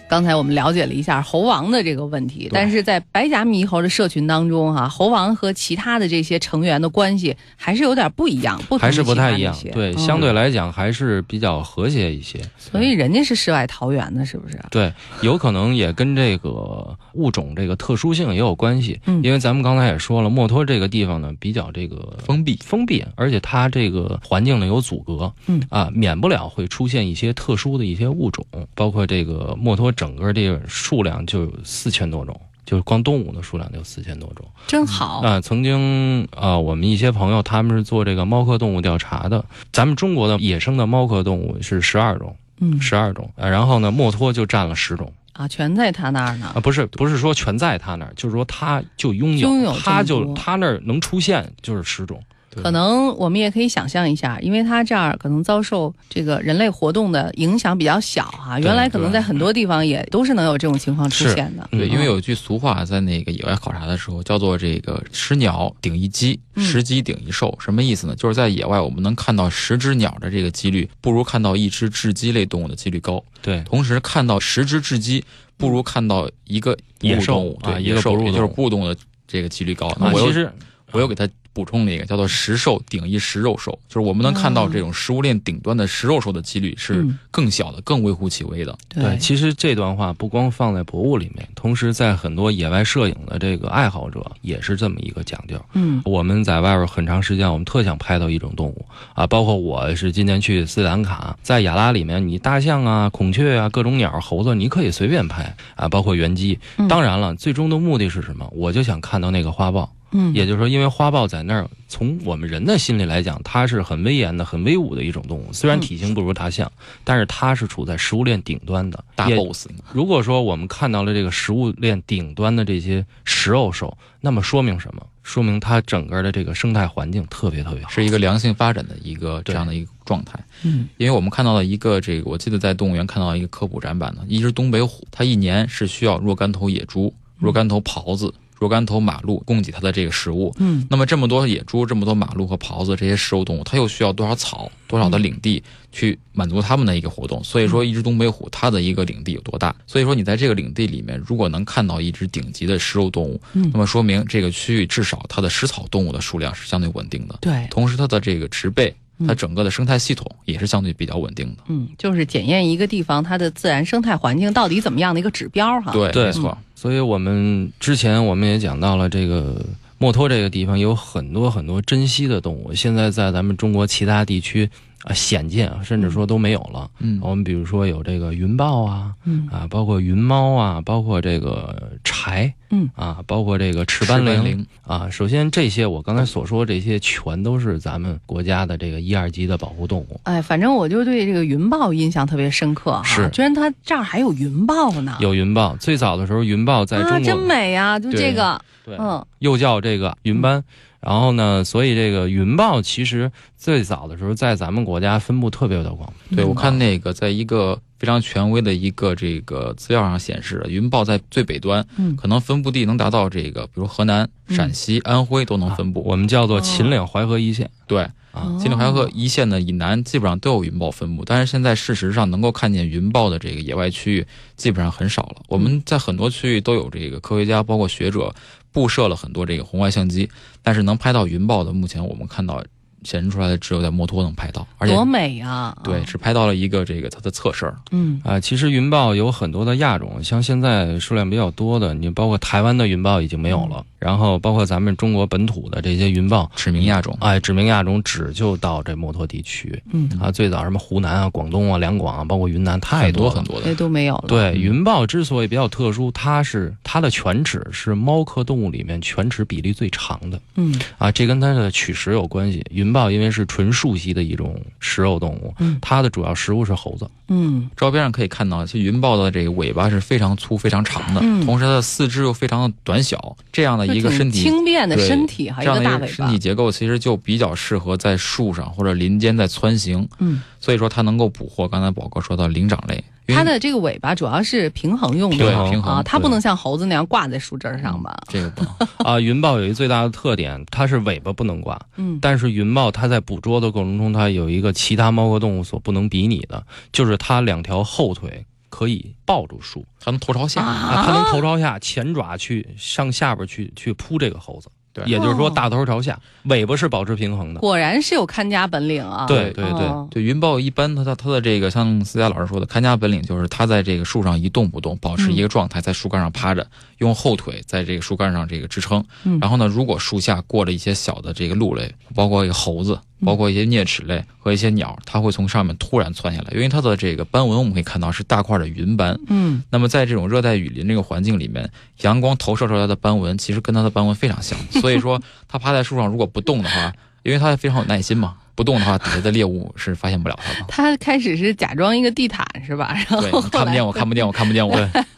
Speaker 1: 刚才我们了解了一下猴王的这个问题，但是在白颊猕猴的社群当中、哈，猴王和其他的这些成员的关系还是有点不一样，不同于
Speaker 2: 还是不太一样
Speaker 1: 其他。那
Speaker 2: 对，
Speaker 1: 些嗯
Speaker 2: 相对来讲还是比较和谐一些。
Speaker 1: 所以人家是世外桃源的，是不是？
Speaker 2: 对，有可能也跟这个物种这个特殊性也有关系。
Speaker 1: 嗯
Speaker 2: 因为咱们刚才也说了，墨脱这个地方呢比较这个
Speaker 3: 封闭。
Speaker 2: 封闭，而且它这个环境呢有阻隔，
Speaker 1: 嗯
Speaker 2: 啊，免不了会出现一些特殊的一些物种，包括这个墨脱整个这个数量就有四千多种。就是光动物的数量就有四千多种
Speaker 1: 真好。
Speaker 2: 啊、曾经啊、我们一些朋友他们是做这个猫科动物调查的，咱们中国的野生的猫科动物是十二种，
Speaker 1: 嗯，
Speaker 2: 十二种，呃然后呢，墨脱就占了十种。
Speaker 1: 啊，全在他那儿呢
Speaker 2: 啊，。不是不是说全在他那儿，就是说他就拥有，
Speaker 1: 拥有这么
Speaker 2: 他就
Speaker 1: 多
Speaker 2: 他那儿能出现就是十种，
Speaker 3: 对
Speaker 1: 可能我们也可以想象一下，因为它这儿可能遭受这个人类活动的影响比较小哈、
Speaker 2: 对
Speaker 1: 原来可能
Speaker 2: 对
Speaker 1: 在很多地方也都是能有这种情况出
Speaker 2: 是
Speaker 1: 现的。
Speaker 3: 对，
Speaker 2: 嗯
Speaker 3: 因为有句俗话，在那个野外考察的时候叫做“这个吃鸟顶一鸡，
Speaker 1: 嗯
Speaker 3: 十鸡顶一兽”，什么意思呢？就是在野外，我们能看到十只鸟的这个几率，不如看到一只雉鸡类动物的几率高。
Speaker 2: 对
Speaker 3: 同时，看到十只雉鸡，不如看到一个哺乳
Speaker 2: 野兽
Speaker 3: 动物，
Speaker 2: 啊
Speaker 3: 对，
Speaker 2: 一
Speaker 3: 野
Speaker 2: 个
Speaker 3: 兽，
Speaker 2: 哺乳
Speaker 3: 也就是
Speaker 2: 动物
Speaker 3: 哺乳动物的这个几率高。那
Speaker 2: 啊，
Speaker 3: 我
Speaker 2: 其
Speaker 3: 又
Speaker 2: 实
Speaker 3: 我又给它补充了一个叫做“食兽顶一食肉兽”，就是我们能看到
Speaker 1: 哦
Speaker 3: 这种食物链顶端的食肉兽的几率是
Speaker 1: 嗯
Speaker 3: 更小的，更微乎其微的。
Speaker 2: 对，其实这段话不光放在博物里面，同时在很多野外摄影的这个爱好者也是这么一个讲究。
Speaker 1: 嗯
Speaker 2: 我们在外边很长时间，我们特想拍到一种动物啊，包括我是今年去斯里兰卡，在雅拉里面，你大象啊、孔雀啊、各种鸟、猴子，你可以随便拍啊，包括原鸡
Speaker 1: 嗯。
Speaker 2: 当然了，最终的目的是什么？我就想看到那个花豹。
Speaker 1: 嗯，
Speaker 2: 也就是说，因为花豹在那儿，从我们人的心里来讲，它是很威严的、很威武的一种动物。虽然
Speaker 1: 嗯
Speaker 2: 体型不如大象，但是它是处在食物链顶端的
Speaker 3: 大
Speaker 2: 也
Speaker 3: boss，
Speaker 2: 如果说我们看到了这个食物链顶端的这些食肉兽，那么说明什么？说明它整个的这个生态环境特别特别好。
Speaker 3: 是一个良性发展的一个
Speaker 2: 对
Speaker 3: 这样的一个状态。
Speaker 1: 嗯，
Speaker 3: 因为我们看到了一个这个，我记得在动物园看到一个科普展板呢，一只东北虎，它一年是需要若干头野猪、若干头狍子、若干头马鹿供给它的这个食物。
Speaker 1: 嗯
Speaker 3: 那么这么多野猪、这么多马鹿和狍子这些食肉动物，它又需要多少草、多少的领地去满足它们的一个活动？所以
Speaker 1: 嗯
Speaker 3: 说，一只东北虎它的一个领地有多大？所以说你在这个领地里面，如果能看到一只顶级的食肉动物，
Speaker 1: 嗯
Speaker 3: 那么说明这个区域至少它的食草动物的数量是相对稳定的。
Speaker 1: 对，
Speaker 3: 同时它的这个植被，
Speaker 1: 嗯
Speaker 3: 它整个的生态系统也是相对比较稳定的。
Speaker 1: 嗯，就是检验一个地方它的自然生态环境到底怎么样的一个指标哈。，
Speaker 3: 对，
Speaker 2: 对
Speaker 3: 没错。
Speaker 2: 所以我们之前我们也讲到了这个墨脱这个地方有很多很多珍稀的动物，现在在咱们中国其他地区啊鲜见，甚至说都没有了。
Speaker 3: 嗯
Speaker 2: 我们比如说有这个云豹啊，
Speaker 1: 嗯
Speaker 2: 啊，包括云猫啊，包括这个柴，
Speaker 1: 嗯
Speaker 2: 啊，包括这个赤
Speaker 3: 石斑
Speaker 2: 斑羚
Speaker 3: 羚
Speaker 2: 啊。首先，这些我刚才所说这些，全都是咱们国家的这个一二级的保护动物。
Speaker 1: 哎，反正我就对这个云豹印象特别深刻哈，
Speaker 2: 是
Speaker 1: 居然它这儿还有云豹呢，
Speaker 2: 有云豹，最早的时候，云豹在中国、
Speaker 1: 啊，真美呀、就
Speaker 3: 对
Speaker 1: 这个，
Speaker 2: 对，
Speaker 1: 嗯
Speaker 2: 又叫这个云斑。然后呢，所以这个云豹其实最早的时候在咱们国家分布特别的广，
Speaker 3: 对
Speaker 1: 嗯
Speaker 3: 我看那个在一个非常权威的一个这个资料上显示，云豹在最北端，
Speaker 1: 嗯
Speaker 3: 可能分布地能达到这个，比如河南、
Speaker 1: 嗯啊
Speaker 3: 陕西、安徽都能分布。
Speaker 2: 我们叫做秦岭淮河一线。
Speaker 3: 对，
Speaker 1: 哦
Speaker 3: 秦岭淮河一线的以南基本上都有云豹分布，但是现在事实上能够看见云豹的这个野外区域基本上很少了。我
Speaker 1: 嗯
Speaker 3: 们在很多区域都有这个科学家包括学者布设了很多这个红外相机，但是能拍到云豹的，目前我们看到显示出来的只有在墨脱能拍到，而且
Speaker 1: 多美啊呀、
Speaker 3: 对只拍到了一个这个它的侧身儿。
Speaker 1: 嗯
Speaker 2: 啊、其实云豹有很多的亚种，像现在数量比较多的，你包括台湾的云豹已经没有
Speaker 1: 嗯
Speaker 2: 了，然后包括咱们中国本土的这些云豹，
Speaker 3: 指明亚种，
Speaker 2: 哎，指明亚种只就到这墨脱地区
Speaker 1: 嗯，
Speaker 2: 啊，最早什么湖南啊、广东啊、两广啊，包括云南，太
Speaker 3: 很多
Speaker 2: 了
Speaker 3: 很。多
Speaker 1: 这
Speaker 3: 的。
Speaker 1: 哎都没有了。
Speaker 2: 对，
Speaker 3: 嗯
Speaker 2: 云豹之所以比较特殊，它是它的犬齿是猫科动物里面犬齿比例最长的
Speaker 1: 嗯
Speaker 2: 啊，这跟它的取食有关系。云豹因为是纯树系的一种食肉动物，
Speaker 1: 嗯
Speaker 2: 它的主要食物是猴子。
Speaker 1: 嗯
Speaker 3: 照片上可以看到，其实云豹的这个尾巴是非常粗、非常长的，
Speaker 1: 嗯
Speaker 3: 同时它的四肢又非常的短小，这样的一
Speaker 1: 就
Speaker 3: 一个
Speaker 1: 挺
Speaker 3: 身体
Speaker 1: 轻便的
Speaker 3: 对
Speaker 1: 身体，还
Speaker 3: 这
Speaker 1: 有
Speaker 3: 样的
Speaker 1: 大
Speaker 3: 一
Speaker 1: 尾
Speaker 3: 个身
Speaker 1: 巴
Speaker 3: 体，结构，其实就比较适合在树上或者林间在穿行，
Speaker 1: 嗯，
Speaker 3: 所以说它能够捕获刚才宝哥说到灵长类，因为
Speaker 1: 它的这个尾巴主要是平衡用的
Speaker 3: 对
Speaker 2: 平衡嗯
Speaker 3: 平衡
Speaker 1: 啊，它不
Speaker 3: 对
Speaker 1: 能像猴子那样挂在树枝儿上吧？
Speaker 3: 这个不能，
Speaker 2: 啊、云豹有一最大的特点，它是尾巴不能挂，
Speaker 1: 嗯，
Speaker 2: 但是云豹它在捕捉的过程中，它有一个其他猫科动物所不能比拟的，就是它两条后腿可以抱住树，
Speaker 3: 它能头朝 下，
Speaker 2: 啊， 它能头朝下，前爪去上下边去去扑这个猴子，
Speaker 3: 对
Speaker 2: 也就是说
Speaker 1: 哦
Speaker 2: 大头朝下，尾巴是保持平衡的。
Speaker 1: 果然是有看家本领啊！
Speaker 2: 对对对，
Speaker 1: 哦
Speaker 3: 对，云豹一般它它它的这个像思佳老师说的，看家本领就是它在这个树上一动不动，保持一个状态，在树干上趴着，用后腿在这个树干上这个支撑。
Speaker 1: 嗯
Speaker 3: 然后呢，如果树下过了一些小的这个鹿类，包括一个猴子，包括一些啮齿类和一些鸟，它会从上面突然窜下来，因为它的这个斑纹我们可以看到是大块的云斑。
Speaker 1: 嗯，
Speaker 3: 那么在这种热带雨林这个环境里面，阳光投射出来的斑纹其实跟它的斑纹非常 像，所以说它趴在树上如果不动的话，因为它非常有耐心嘛，不动的话底下的猎物是发现不了它 的。
Speaker 1: 它开始是假装一个地毯是吧？然
Speaker 3: 对，
Speaker 1: 后后
Speaker 3: 你看不
Speaker 1: 来
Speaker 3: 见我，看不见我，看不见我。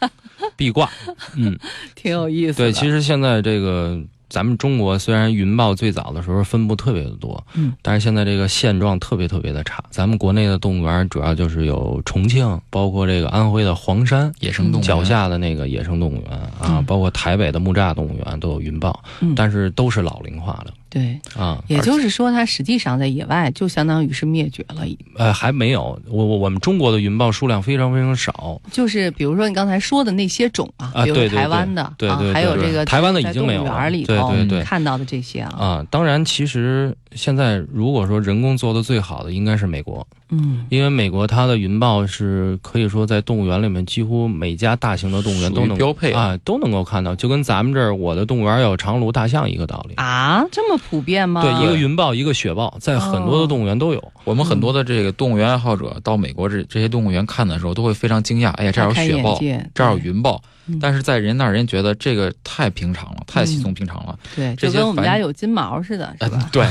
Speaker 2: 壁挂，嗯，
Speaker 1: 挺有意思的。
Speaker 2: 对，其实现在这个咱们中国虽然云豹最早的时候分布特别的多，
Speaker 1: 嗯，
Speaker 2: 但是现在这个现状特别特别的差。咱们国内的动物园主要就是有重庆，包括这个安徽的黄山。
Speaker 3: 野生动物
Speaker 2: 脚下的那个野生动物园啊，
Speaker 1: 嗯
Speaker 2: 包括台北的木栅动物园都有云豹，
Speaker 1: 嗯
Speaker 2: 但是都是老龄化的
Speaker 1: 对，
Speaker 2: 啊。
Speaker 1: 也就是说，它实际上在野外就相当于是灭绝了，
Speaker 2: 呃，还没有，我我我们中国的云豹数量非常非常
Speaker 1: 哦
Speaker 2: 少，
Speaker 1: 就是比如说你刚才说的那些种啊，
Speaker 2: 啊
Speaker 1: 比如
Speaker 2: 对对
Speaker 1: 台湾的
Speaker 2: 对
Speaker 1: 啊
Speaker 2: 对，
Speaker 1: 还有
Speaker 2: 对
Speaker 1: 这个
Speaker 2: 台湾的已经没有
Speaker 1: 在动物
Speaker 2: 了，
Speaker 1: 园里
Speaker 2: 对
Speaker 1: 头
Speaker 2: 对对，
Speaker 1: 看到的这些啊，
Speaker 2: 啊，当然，其实现在如果说人工做的最好的应该是美国，
Speaker 1: 嗯，
Speaker 2: 因为美国它的云豹是可以说在动物园里面几乎每家大型的动物园都
Speaker 3: 属
Speaker 2: 能
Speaker 3: 于标配啊
Speaker 2: 啊都能够看到，就跟咱们这儿我的动物园有长颅大象一个道理。
Speaker 1: 啊，这么普遍吗？
Speaker 2: 对，一个云豹，一个雪豹，在很多的动物园都有。
Speaker 3: 我们很多的这个动物园爱好者到美国这这些动物园看的时候，都会非常惊讶，哎呀，这儿有
Speaker 1: 开
Speaker 3: 雪
Speaker 1: 眼
Speaker 3: 豹，
Speaker 1: 界，
Speaker 3: 这儿有云豹
Speaker 1: 嗯，
Speaker 3: 但是在人那儿人觉得这个太平常了，太稀松
Speaker 2: 嗯
Speaker 3: 平常了。
Speaker 1: 对，
Speaker 3: 这
Speaker 1: 就
Speaker 3: 些
Speaker 1: 跟我们
Speaker 3: 繁
Speaker 1: 家有金毛似的，是吧？
Speaker 3: 对，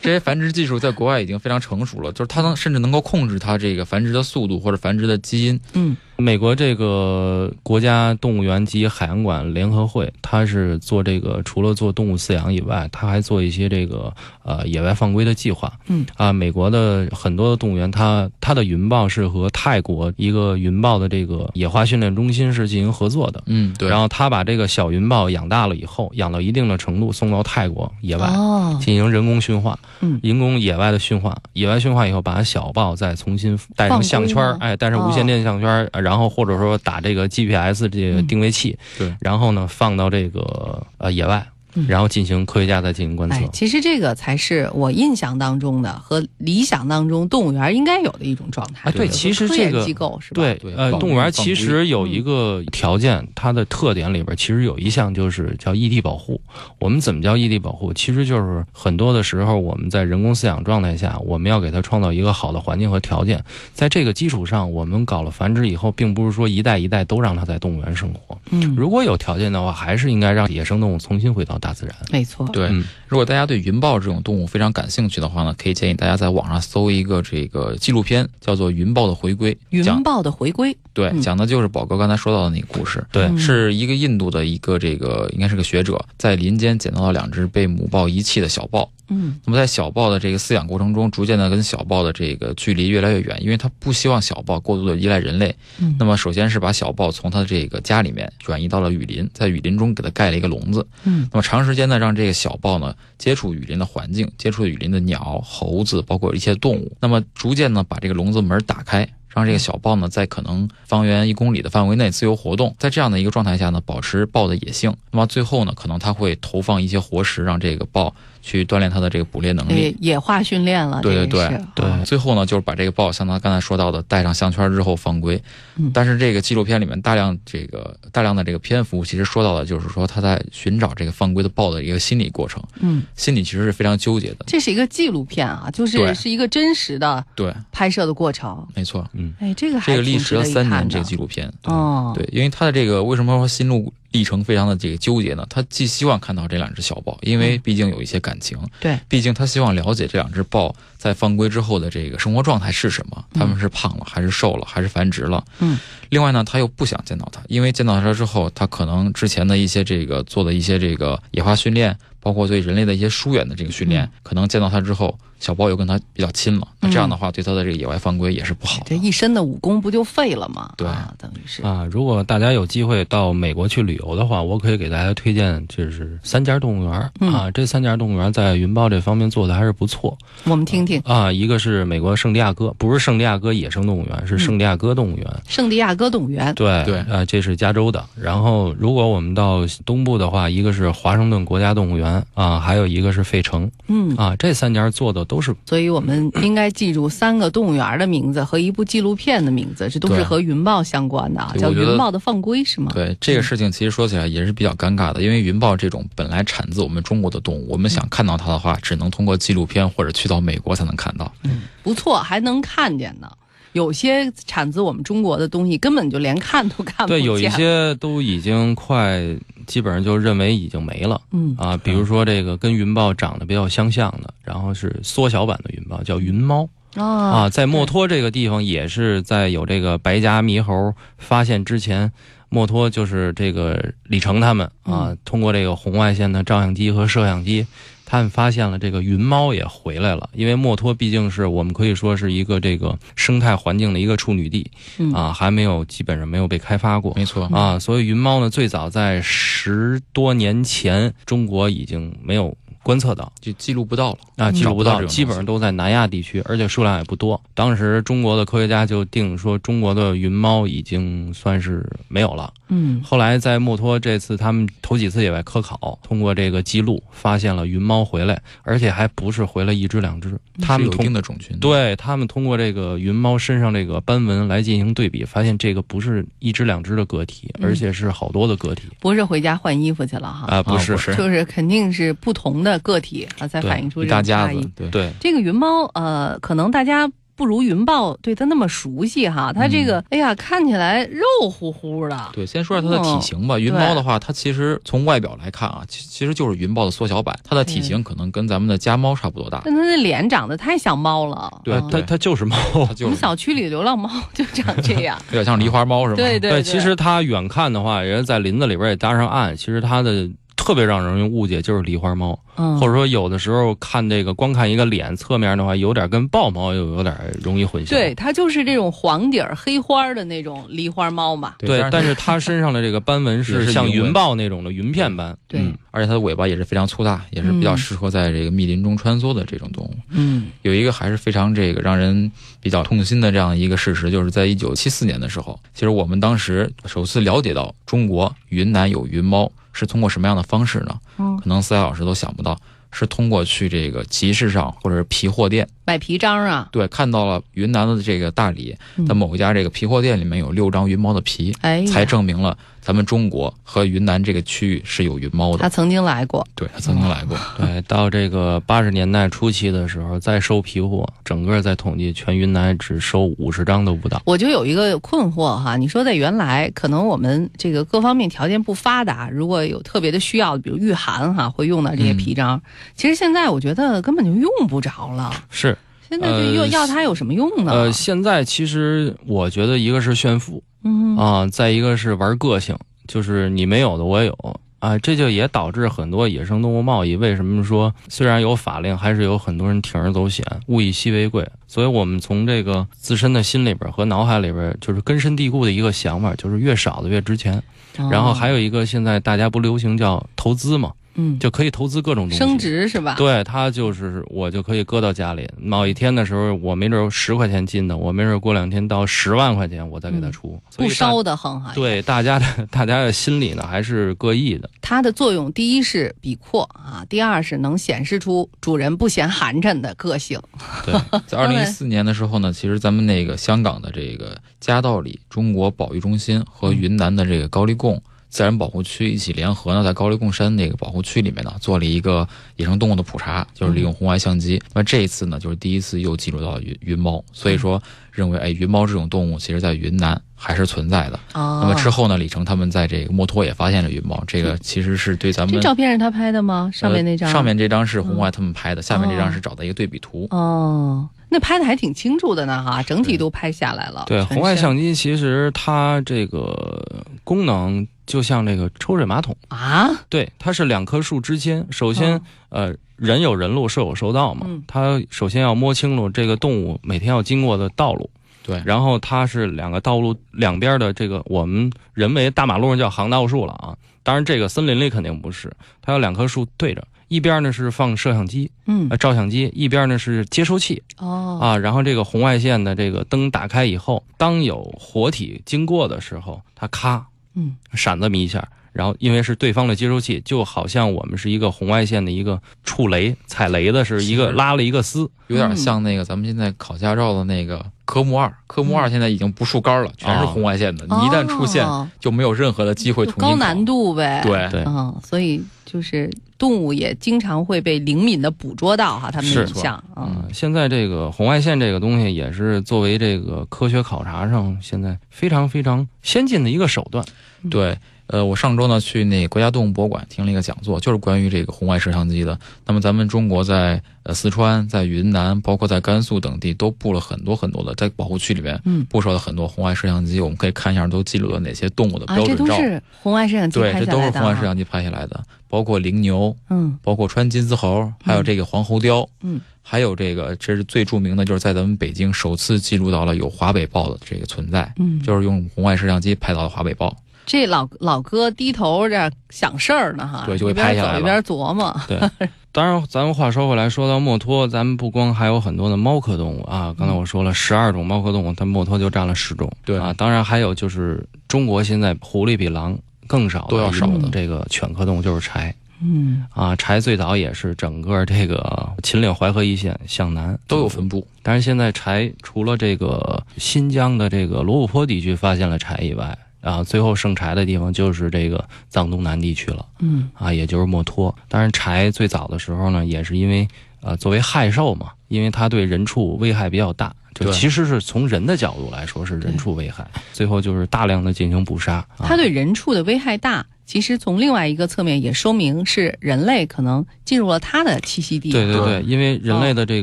Speaker 3: 这些繁殖技术在国外已经非常成熟了，就是它能甚至能够控制它这个繁殖的速度或者繁殖的基因。
Speaker 1: 嗯
Speaker 2: 美国这个国家动物园及海洋馆联合会，它是做这个除了做动物饲养以外，它还做一些这个呃野外放归的计划。
Speaker 1: 嗯
Speaker 2: 啊，美国的很多的动物园，它它的云豹是和泰国一个云豹的这个野化训练中心是进行合作的。
Speaker 3: 嗯，对。
Speaker 2: 然后他把这个小云豹养大了以后，养到一定的程度，送到泰国野外。
Speaker 1: 哦，
Speaker 2: 进行人工驯化，
Speaker 1: 嗯
Speaker 2: 人工野外的驯化，野外驯化以后，把小豹再重新带
Speaker 1: 放哦
Speaker 2: 上
Speaker 1: 归
Speaker 2: 项圈儿
Speaker 1: 吗，
Speaker 2: 哎，带上无线电项圈儿，然后或者说打这个 GPS 这个
Speaker 1: 嗯
Speaker 2: 定位器，
Speaker 3: 对
Speaker 2: 然后呢放到这个呃野外
Speaker 1: 嗯，
Speaker 2: 然后进行科学家再进行观测
Speaker 1: 哎，。其实这个才是我印象当中的和理想当中动物园应该有的一种状态。
Speaker 2: 啊对
Speaker 1: 就是
Speaker 2: 其实
Speaker 1: 科
Speaker 2: 这
Speaker 1: 研
Speaker 2: 个
Speaker 1: 机构是吧？
Speaker 2: 对
Speaker 3: 对，
Speaker 2: 呃，
Speaker 3: 放
Speaker 2: 动物园
Speaker 3: 放嗯
Speaker 2: 其
Speaker 3: 归
Speaker 2: 实有一个条件，它的特点里边其实有一项就是叫异地保护。我们怎么叫异地保护？其实就是很多的时候我们在人工饲养状态下，我们要给它创造一个好的环境和条件。在这个基础上，我们搞了繁殖以后，并不是说一代一代都让它在动物园生活。
Speaker 1: 嗯，
Speaker 2: 如果有条件的话，还是应该让野生动物重新回到大自然。
Speaker 1: 没错，
Speaker 3: 对
Speaker 2: 嗯，
Speaker 3: 如果大家对云豹这种动物非常感兴趣的话呢，可以建议大家在网上搜一个这个纪录片，叫做《云豹的回归》，
Speaker 1: 云嗯
Speaker 3: 讲
Speaker 1: 豹的回归，
Speaker 3: 对、
Speaker 1: 嗯
Speaker 3: 讲的就是宝哥刚才说到的那个故事。
Speaker 2: 对
Speaker 1: 嗯
Speaker 3: 是一个印度的一个这个应该是个学者，在林间捡到了两只被母豹遗弃的小豹。
Speaker 1: 嗯
Speaker 3: 那么在小豹的这个饲养过程中，逐渐的跟小豹的这个距离越来越远，因为他不希望小豹过度的依赖人类。
Speaker 1: 嗯，
Speaker 3: 那么首先是把小豹从它的这个家里面转移到了雨林，在雨林中给它盖了一个笼子。
Speaker 1: 嗯
Speaker 3: 那么长时间呢，让这个小豹呢接触雨林的环境，接触雨林的鸟、猴子，包括一些动物。那么逐渐呢，把这个笼子门打开，让这个小豹呢在可能方圆一公里的范围内自由活动。在这样的一个状态下呢，保持豹的野性。那么最后呢，可能它会投放一些活食，让这个豹去锻炼它的这个捕猎能力。
Speaker 1: 对，野化训练了，
Speaker 3: 嗯对对
Speaker 1: 这也
Speaker 3: 对
Speaker 1: 是
Speaker 3: 啊，最后呢，就是把这个豹像他刚才说到的带上项圈之后放归。
Speaker 1: 嗯
Speaker 3: 但是这个纪录片里面大量这个大量的这个篇幅，其实说到的就是说他在寻找这个放归的豹的一个心理过程，
Speaker 1: 嗯，
Speaker 3: 心里其实是非常纠结的。
Speaker 1: 这是一个纪录片啊，就是
Speaker 3: 对
Speaker 1: 是一个真实的
Speaker 3: 对，
Speaker 1: 拍摄的过程。
Speaker 3: 没错，
Speaker 1: 哎，这个还
Speaker 3: 嗯这个历
Speaker 1: 挺
Speaker 3: 时
Speaker 1: 值得
Speaker 3: 了
Speaker 1: 一
Speaker 3: 三
Speaker 1: 看
Speaker 3: 年，
Speaker 1: 的
Speaker 3: 这个纪录片。
Speaker 1: 哦，
Speaker 3: 对，因为他的这个为什么说心路历程非常的这个纠结呢？他既希望看到这两只小豹，因
Speaker 1: 嗯
Speaker 3: 为毕竟有一些感情，
Speaker 1: 对，
Speaker 3: 毕竟他希望了解这两只豹在放归之后的这个生活状态是什么，他们是胖了还是瘦了还是繁殖了。
Speaker 1: 嗯，
Speaker 3: 另外呢，他又不想见到它，因为见到它之后，他可能之前的一些这个做的一些这个野化训练，包括对人类的一些疏远的这个训练，
Speaker 1: 嗯
Speaker 3: 可能见到它之后，小豹又跟它比较亲了，那这样
Speaker 1: 嗯
Speaker 3: 的话，对它的这个野外放归也是不好的。
Speaker 1: 这一身的武功不就废了吗？
Speaker 3: 对
Speaker 1: 啊，等于是
Speaker 2: 啊，如果大家有机会到美国去旅游的话，我可以给大家推荐，就是三家动物园儿、
Speaker 1: 嗯
Speaker 2: 啊。这三家动物园儿在云豹这方面做的还是不错
Speaker 1: 我们听听
Speaker 2: 啊。一个是美国圣地亚哥，不是圣地亚哥野生动物园，是圣地亚哥动物园。
Speaker 1: 圣地亚哥动物园，
Speaker 2: 对
Speaker 3: 对
Speaker 2: 呃，这是加州的。然后，如果我们到东部的话，一个是华盛顿国家动物园啊，还有一个是费城
Speaker 1: 嗯，
Speaker 2: 啊，这三家做的都是
Speaker 1: 所以我们应该记住三个动物园的名字和一部纪录片的名字，这都是
Speaker 3: 对
Speaker 1: 和云豹相关的啊，
Speaker 3: 对
Speaker 1: 叫
Speaker 3: 我
Speaker 1: 《
Speaker 3: 觉得
Speaker 1: 云豹的放归》是吗？
Speaker 3: 对这个事情，其实说起来也是比较尴尬的，因为云豹这种本来产自我们中国的动物，我们想看到它的话，只能通过纪录片或者去到美国才能看到。
Speaker 1: 嗯不错，还能看见呢。有些产自我们中国的东西，根本就连看都看不见。
Speaker 2: 对，有一，些都已经快基本上就认为已经没了
Speaker 1: 嗯，
Speaker 2: 啊。比如说这个跟云豹长得比较相像的，然后是缩小版的云豹，叫云猫
Speaker 1: 啊
Speaker 2: 啊。在墨脱这个地方也是在有这个白颊猕猴发现之前。墨脱就是这个李成他们啊
Speaker 1: 嗯，
Speaker 2: 通过这个红外线的照相机和摄像机，他们发现了这个云猫也回来了。因为墨脱毕竟是我们可以说是一个这个生态环境的一个处女地
Speaker 1: 嗯
Speaker 2: 啊，还没有基本上没有被开发过。
Speaker 3: 没错，
Speaker 2: 啊，所以云猫呢，最早在十多年前，中国已经没有观测到
Speaker 3: 就记录不到了嗯
Speaker 2: 啊，记录不
Speaker 3: 找
Speaker 2: 到，
Speaker 3: 这种东西
Speaker 2: 基本上都在南亚地区，而且数量也不多。当时中国的科学家就定说，中国的云猫已经算是没有了。
Speaker 1: 嗯
Speaker 2: 后来在墨脱这次，他们头几次野外科考，通过这个记录发现了云猫回来，而且还不是回来一只两只，他
Speaker 3: 嗯是
Speaker 2: 们
Speaker 3: 有一
Speaker 2: 通
Speaker 3: 定的种群。，
Speaker 2: 对他们通过这个云猫身上这个斑纹来进行对比，发现这个不是一只两只的个体，
Speaker 1: 嗯
Speaker 2: 而且是好多的个体
Speaker 1: 不是回家换衣服去了哈，
Speaker 2: 啊，不是
Speaker 3: 不是
Speaker 1: 就是肯定是不同的个体啊，才
Speaker 2: 对
Speaker 1: 反映出
Speaker 3: 一
Speaker 1: 这
Speaker 3: 大
Speaker 1: 种
Speaker 3: 家
Speaker 1: 差
Speaker 3: 子
Speaker 1: 异。，
Speaker 3: 对
Speaker 2: 对
Speaker 1: 这个云猫，呃，可能大家不如云豹对它那么熟悉
Speaker 3: 嗯
Speaker 1: 哈。它这个，哎呀，看起来肉乎乎的，
Speaker 3: 对，先说下它的
Speaker 1: 哦
Speaker 3: 体型吧。云猫的话，它其实从外表来看啊，其其实就是云豹的缩小版，它的体型可能跟咱们的家猫差不多大。
Speaker 1: 但它的脸长得太像猫了。
Speaker 3: 对
Speaker 1: 嗯
Speaker 2: 它它就是猫。
Speaker 3: 它
Speaker 1: 我
Speaker 3: 就
Speaker 1: 们
Speaker 3: 是
Speaker 1: 小区里流浪猫就长这样。
Speaker 3: 有点像狸花 猫是吧？
Speaker 1: 对对
Speaker 2: 其实它远看的话，人家在林子里边也搭上岸，其实它的特别让人误解就是狸花猫，
Speaker 1: 嗯
Speaker 2: 或者说有的时候看这个光看一个脸侧面的话，有点跟豹猫又有点容易混淆。
Speaker 1: 对，它就是这种黄底儿黑花儿的那种狸花猫嘛。
Speaker 3: 对
Speaker 2: 对，但是它身上的这个斑纹
Speaker 3: 也
Speaker 2: 是
Speaker 3: 是
Speaker 2: 像
Speaker 3: 云纹
Speaker 2: 云豹那种的云片斑。
Speaker 1: 对
Speaker 2: 嗯
Speaker 3: 而且它的尾巴也是非常粗大，也是比较适合在这个密林中穿梭的这种动物。
Speaker 1: 嗯
Speaker 3: 有一个还是非常这个让人比较痛心的这样一个事实，就是在一九七四年的时候，其实我们当时首次了解到中国云南有云猫是通过什么样的方式呢？
Speaker 1: 嗯，
Speaker 3: 可能四海老师都想不到，是通过去这个集市上或者是皮货店，
Speaker 1: 买皮章啊。
Speaker 3: 对，看到了云南的这个大理的某一家这个皮货店里面有六张云猫的皮，
Speaker 1: 嗯哎呀，
Speaker 3: 才证明了咱们中国和云南这个区域是有云猫
Speaker 1: 他
Speaker 3: 的。
Speaker 1: 曾经来过。
Speaker 3: 对，他曾经来过。
Speaker 2: 对，哎到这个八十年代初期的时候，再收皮货，整个在统计全云南只收五十张都不到。
Speaker 1: 我就有一个困惑哈，你说在原来可能我们这个各方面条件不发达，如果有特别的需要，比如御寒哈，会用到这些
Speaker 2: 嗯
Speaker 1: 皮章。其实现在我觉得根本就用不着了，
Speaker 2: 是，
Speaker 1: 现在就要、
Speaker 2: 呃
Speaker 1: 要它有什么用呢？
Speaker 2: 呃，现在其实我觉得一个是炫富
Speaker 1: 嗯
Speaker 2: 啊、再一个是玩个性，就是你没有的我也有啊、这就也导致很多野生动物贸易。为什么说虽然有法令，还是有很多人铤而走险，物以稀为贵。所以我们从这个自身的心里边和脑海里边，就是根深蒂固的一个想法，就是越少的越值钱。
Speaker 1: 哦
Speaker 2: 然后还有一个，现在大家不流行叫投资嘛，
Speaker 1: 嗯，
Speaker 2: 就可以投资各种东西。
Speaker 1: 升值是吧？
Speaker 2: 对，它就是我就可以搁到家里，某一天的时候，我没准十块钱进的，我没准过两天到十万块钱，我再给它出，所
Speaker 1: 嗯
Speaker 2: 以
Speaker 1: 不
Speaker 2: 大
Speaker 1: 烧的很哈。
Speaker 2: 对大家的大家的心理呢，还是各异的。
Speaker 1: 它的作用第一是比阔啊，第二是能显示出主人不嫌寒碜的个性。
Speaker 2: 对，
Speaker 3: 在二零一四年的时候呢，其实咱们那个香港的这个嘉道理中国保育中心和云南的这个高丽贡自然保护区一起联合呢，在高黎贡山那个保护区里面呢，做了一个野生动物的普查，就是利用红外相机。
Speaker 1: 嗯
Speaker 3: 那么这一次呢，就是第一次又记录到云云猫，所以说认为哎，云猫这种动物其实在云南还是存在的。
Speaker 1: 哦，
Speaker 3: 那么之后呢，李成他们在这个墨脱也发现了云猫，这个其实是对咱们
Speaker 1: 这照片是他拍的吗？上面那张？嗯
Speaker 3: 呃上面这张是红外他们拍的，下面这张是找到一个对比图。
Speaker 1: 哦，那拍的还挺清楚的呢哈，整体都拍下来了。
Speaker 2: 对，
Speaker 1: 哦全
Speaker 2: 红外
Speaker 1: 身
Speaker 2: 相机其实它这个功能就像这个抽水马桶，
Speaker 1: 啊，
Speaker 2: 对，它是两棵树之间，首先、呃人有人路，兽有兽道嘛，
Speaker 1: 嗯
Speaker 2: 它首先要摸清楚这个动物每天要经过的道路。
Speaker 3: 对
Speaker 2: 然后它是两个道路两边的这个我们人为大马路上叫航道树了啊，当然这个森林里肯定不是，它有两棵树对着，一边呢是放摄像机
Speaker 1: 嗯
Speaker 2: 呃照相机，一边呢是接收器，
Speaker 3: 呃
Speaker 1: 哦
Speaker 2: 啊，然后这个红外线的这个灯打开以后，当有活体经过的时候，它咔
Speaker 1: 嗯
Speaker 2: 闪这么一下，然后因为是对方的接收器，就好像我们是一个红外线的一个触雷踩雷的是一个
Speaker 3: 是
Speaker 2: 拉了一个丝，
Speaker 1: 嗯
Speaker 3: 有点像那个咱们现在考驾照的那个科目二，科目二现在已经不树杆了，全是红外线的，你一旦出现
Speaker 1: 嗯哦
Speaker 3: 就没有任何的机会
Speaker 1: 就
Speaker 3: 重新
Speaker 1: 高
Speaker 3: 考
Speaker 1: 难。度呗。。
Speaker 3: 对，
Speaker 2: 对
Speaker 1: 嗯，所以就是动物也经常会被灵敏的捕捉到哈，它们的
Speaker 2: 是
Speaker 1: 影像。嗯，
Speaker 2: 啊，现在这个红外线这个东西也是作为这个科学考察上现在非常非常先进的一个手段。
Speaker 3: 对，呃，我上周呢去那国家动物博物馆听了一个讲座，就是关于这个红外摄像机的。那么咱们中国在呃四川、在云南，包括在甘肃等地都布了很多很多的，在保护区里面
Speaker 1: 嗯
Speaker 3: 布设了很多红外摄像机，我们可以看一下都记录了哪些动物的
Speaker 1: 啊，
Speaker 3: 标
Speaker 1: 这
Speaker 3: 准
Speaker 1: 都
Speaker 3: 照。
Speaker 1: 是红外摄像机
Speaker 3: 对，
Speaker 1: 拍
Speaker 3: 这
Speaker 1: 下
Speaker 3: 都
Speaker 1: 来
Speaker 3: 是
Speaker 1: 的
Speaker 3: 红外摄
Speaker 1: 啊。
Speaker 3: 像机拍下来的，包括羚牛，
Speaker 1: 嗯
Speaker 3: 包括穿金丝猴，还有这个黄喉貂，
Speaker 1: 嗯，
Speaker 3: 还有这个，这是最著名的，就是在咱们北京首次记录到了有华北豹的这个存在，
Speaker 1: 嗯，
Speaker 3: 就是用红外摄像机拍到的华北豹。
Speaker 1: 这老老哥低头这样想事儿呢哈，
Speaker 3: 对就给
Speaker 1: 一边
Speaker 3: 拍下来
Speaker 1: 走
Speaker 3: 了
Speaker 1: 一边琢磨。
Speaker 2: 当然，咱们话说回来，说到墨脱，咱们不光还有很多的猫科动物啊。刚才我说了，十二种猫科动物，它墨脱就占了十种。
Speaker 3: 嗯对
Speaker 2: 啊，当然还有就是中国现在狐狸比狼更少，
Speaker 3: 都要少
Speaker 1: 的
Speaker 2: 这个犬科动物就是柴
Speaker 1: 嗯，
Speaker 2: 啊，柴最早也是整个这个秦岭淮河一线向南
Speaker 3: 都有分布，
Speaker 2: 但是现在柴除了这个新疆的这个罗布泊地区发现了柴以外，啊，最后剩柴的地方就是这个藏东南地区了。
Speaker 1: 嗯，
Speaker 2: 啊，也就是墨脱。当然，柴最早的时候呢，也是因为呃，作为害兽嘛，因为它对人畜危害比较大，就
Speaker 3: 对
Speaker 2: 其实是从人的角度来说是人畜危害，最后就是大量的进行捕杀。啊、
Speaker 1: 它对人畜的危害大，其实从另外一个侧面也说明是人类可能进入了它的栖息地。
Speaker 2: 对对
Speaker 3: 对
Speaker 2: 对，因为人类的这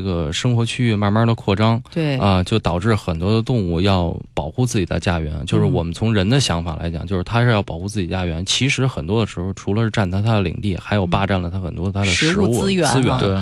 Speaker 2: 个生活区域慢慢的扩张，
Speaker 1: 对
Speaker 2: 啊、就导致很多的动物要保护自己的家园。就是
Speaker 1: 嗯
Speaker 2: 我们从人的想法来讲，就是它是要保护自己家园。其实很多的时候，除了是占它它的领地，还有霸占了它很多它的
Speaker 1: 嗯食
Speaker 2: 食
Speaker 1: 物
Speaker 2: 物
Speaker 1: 资源啊
Speaker 2: 对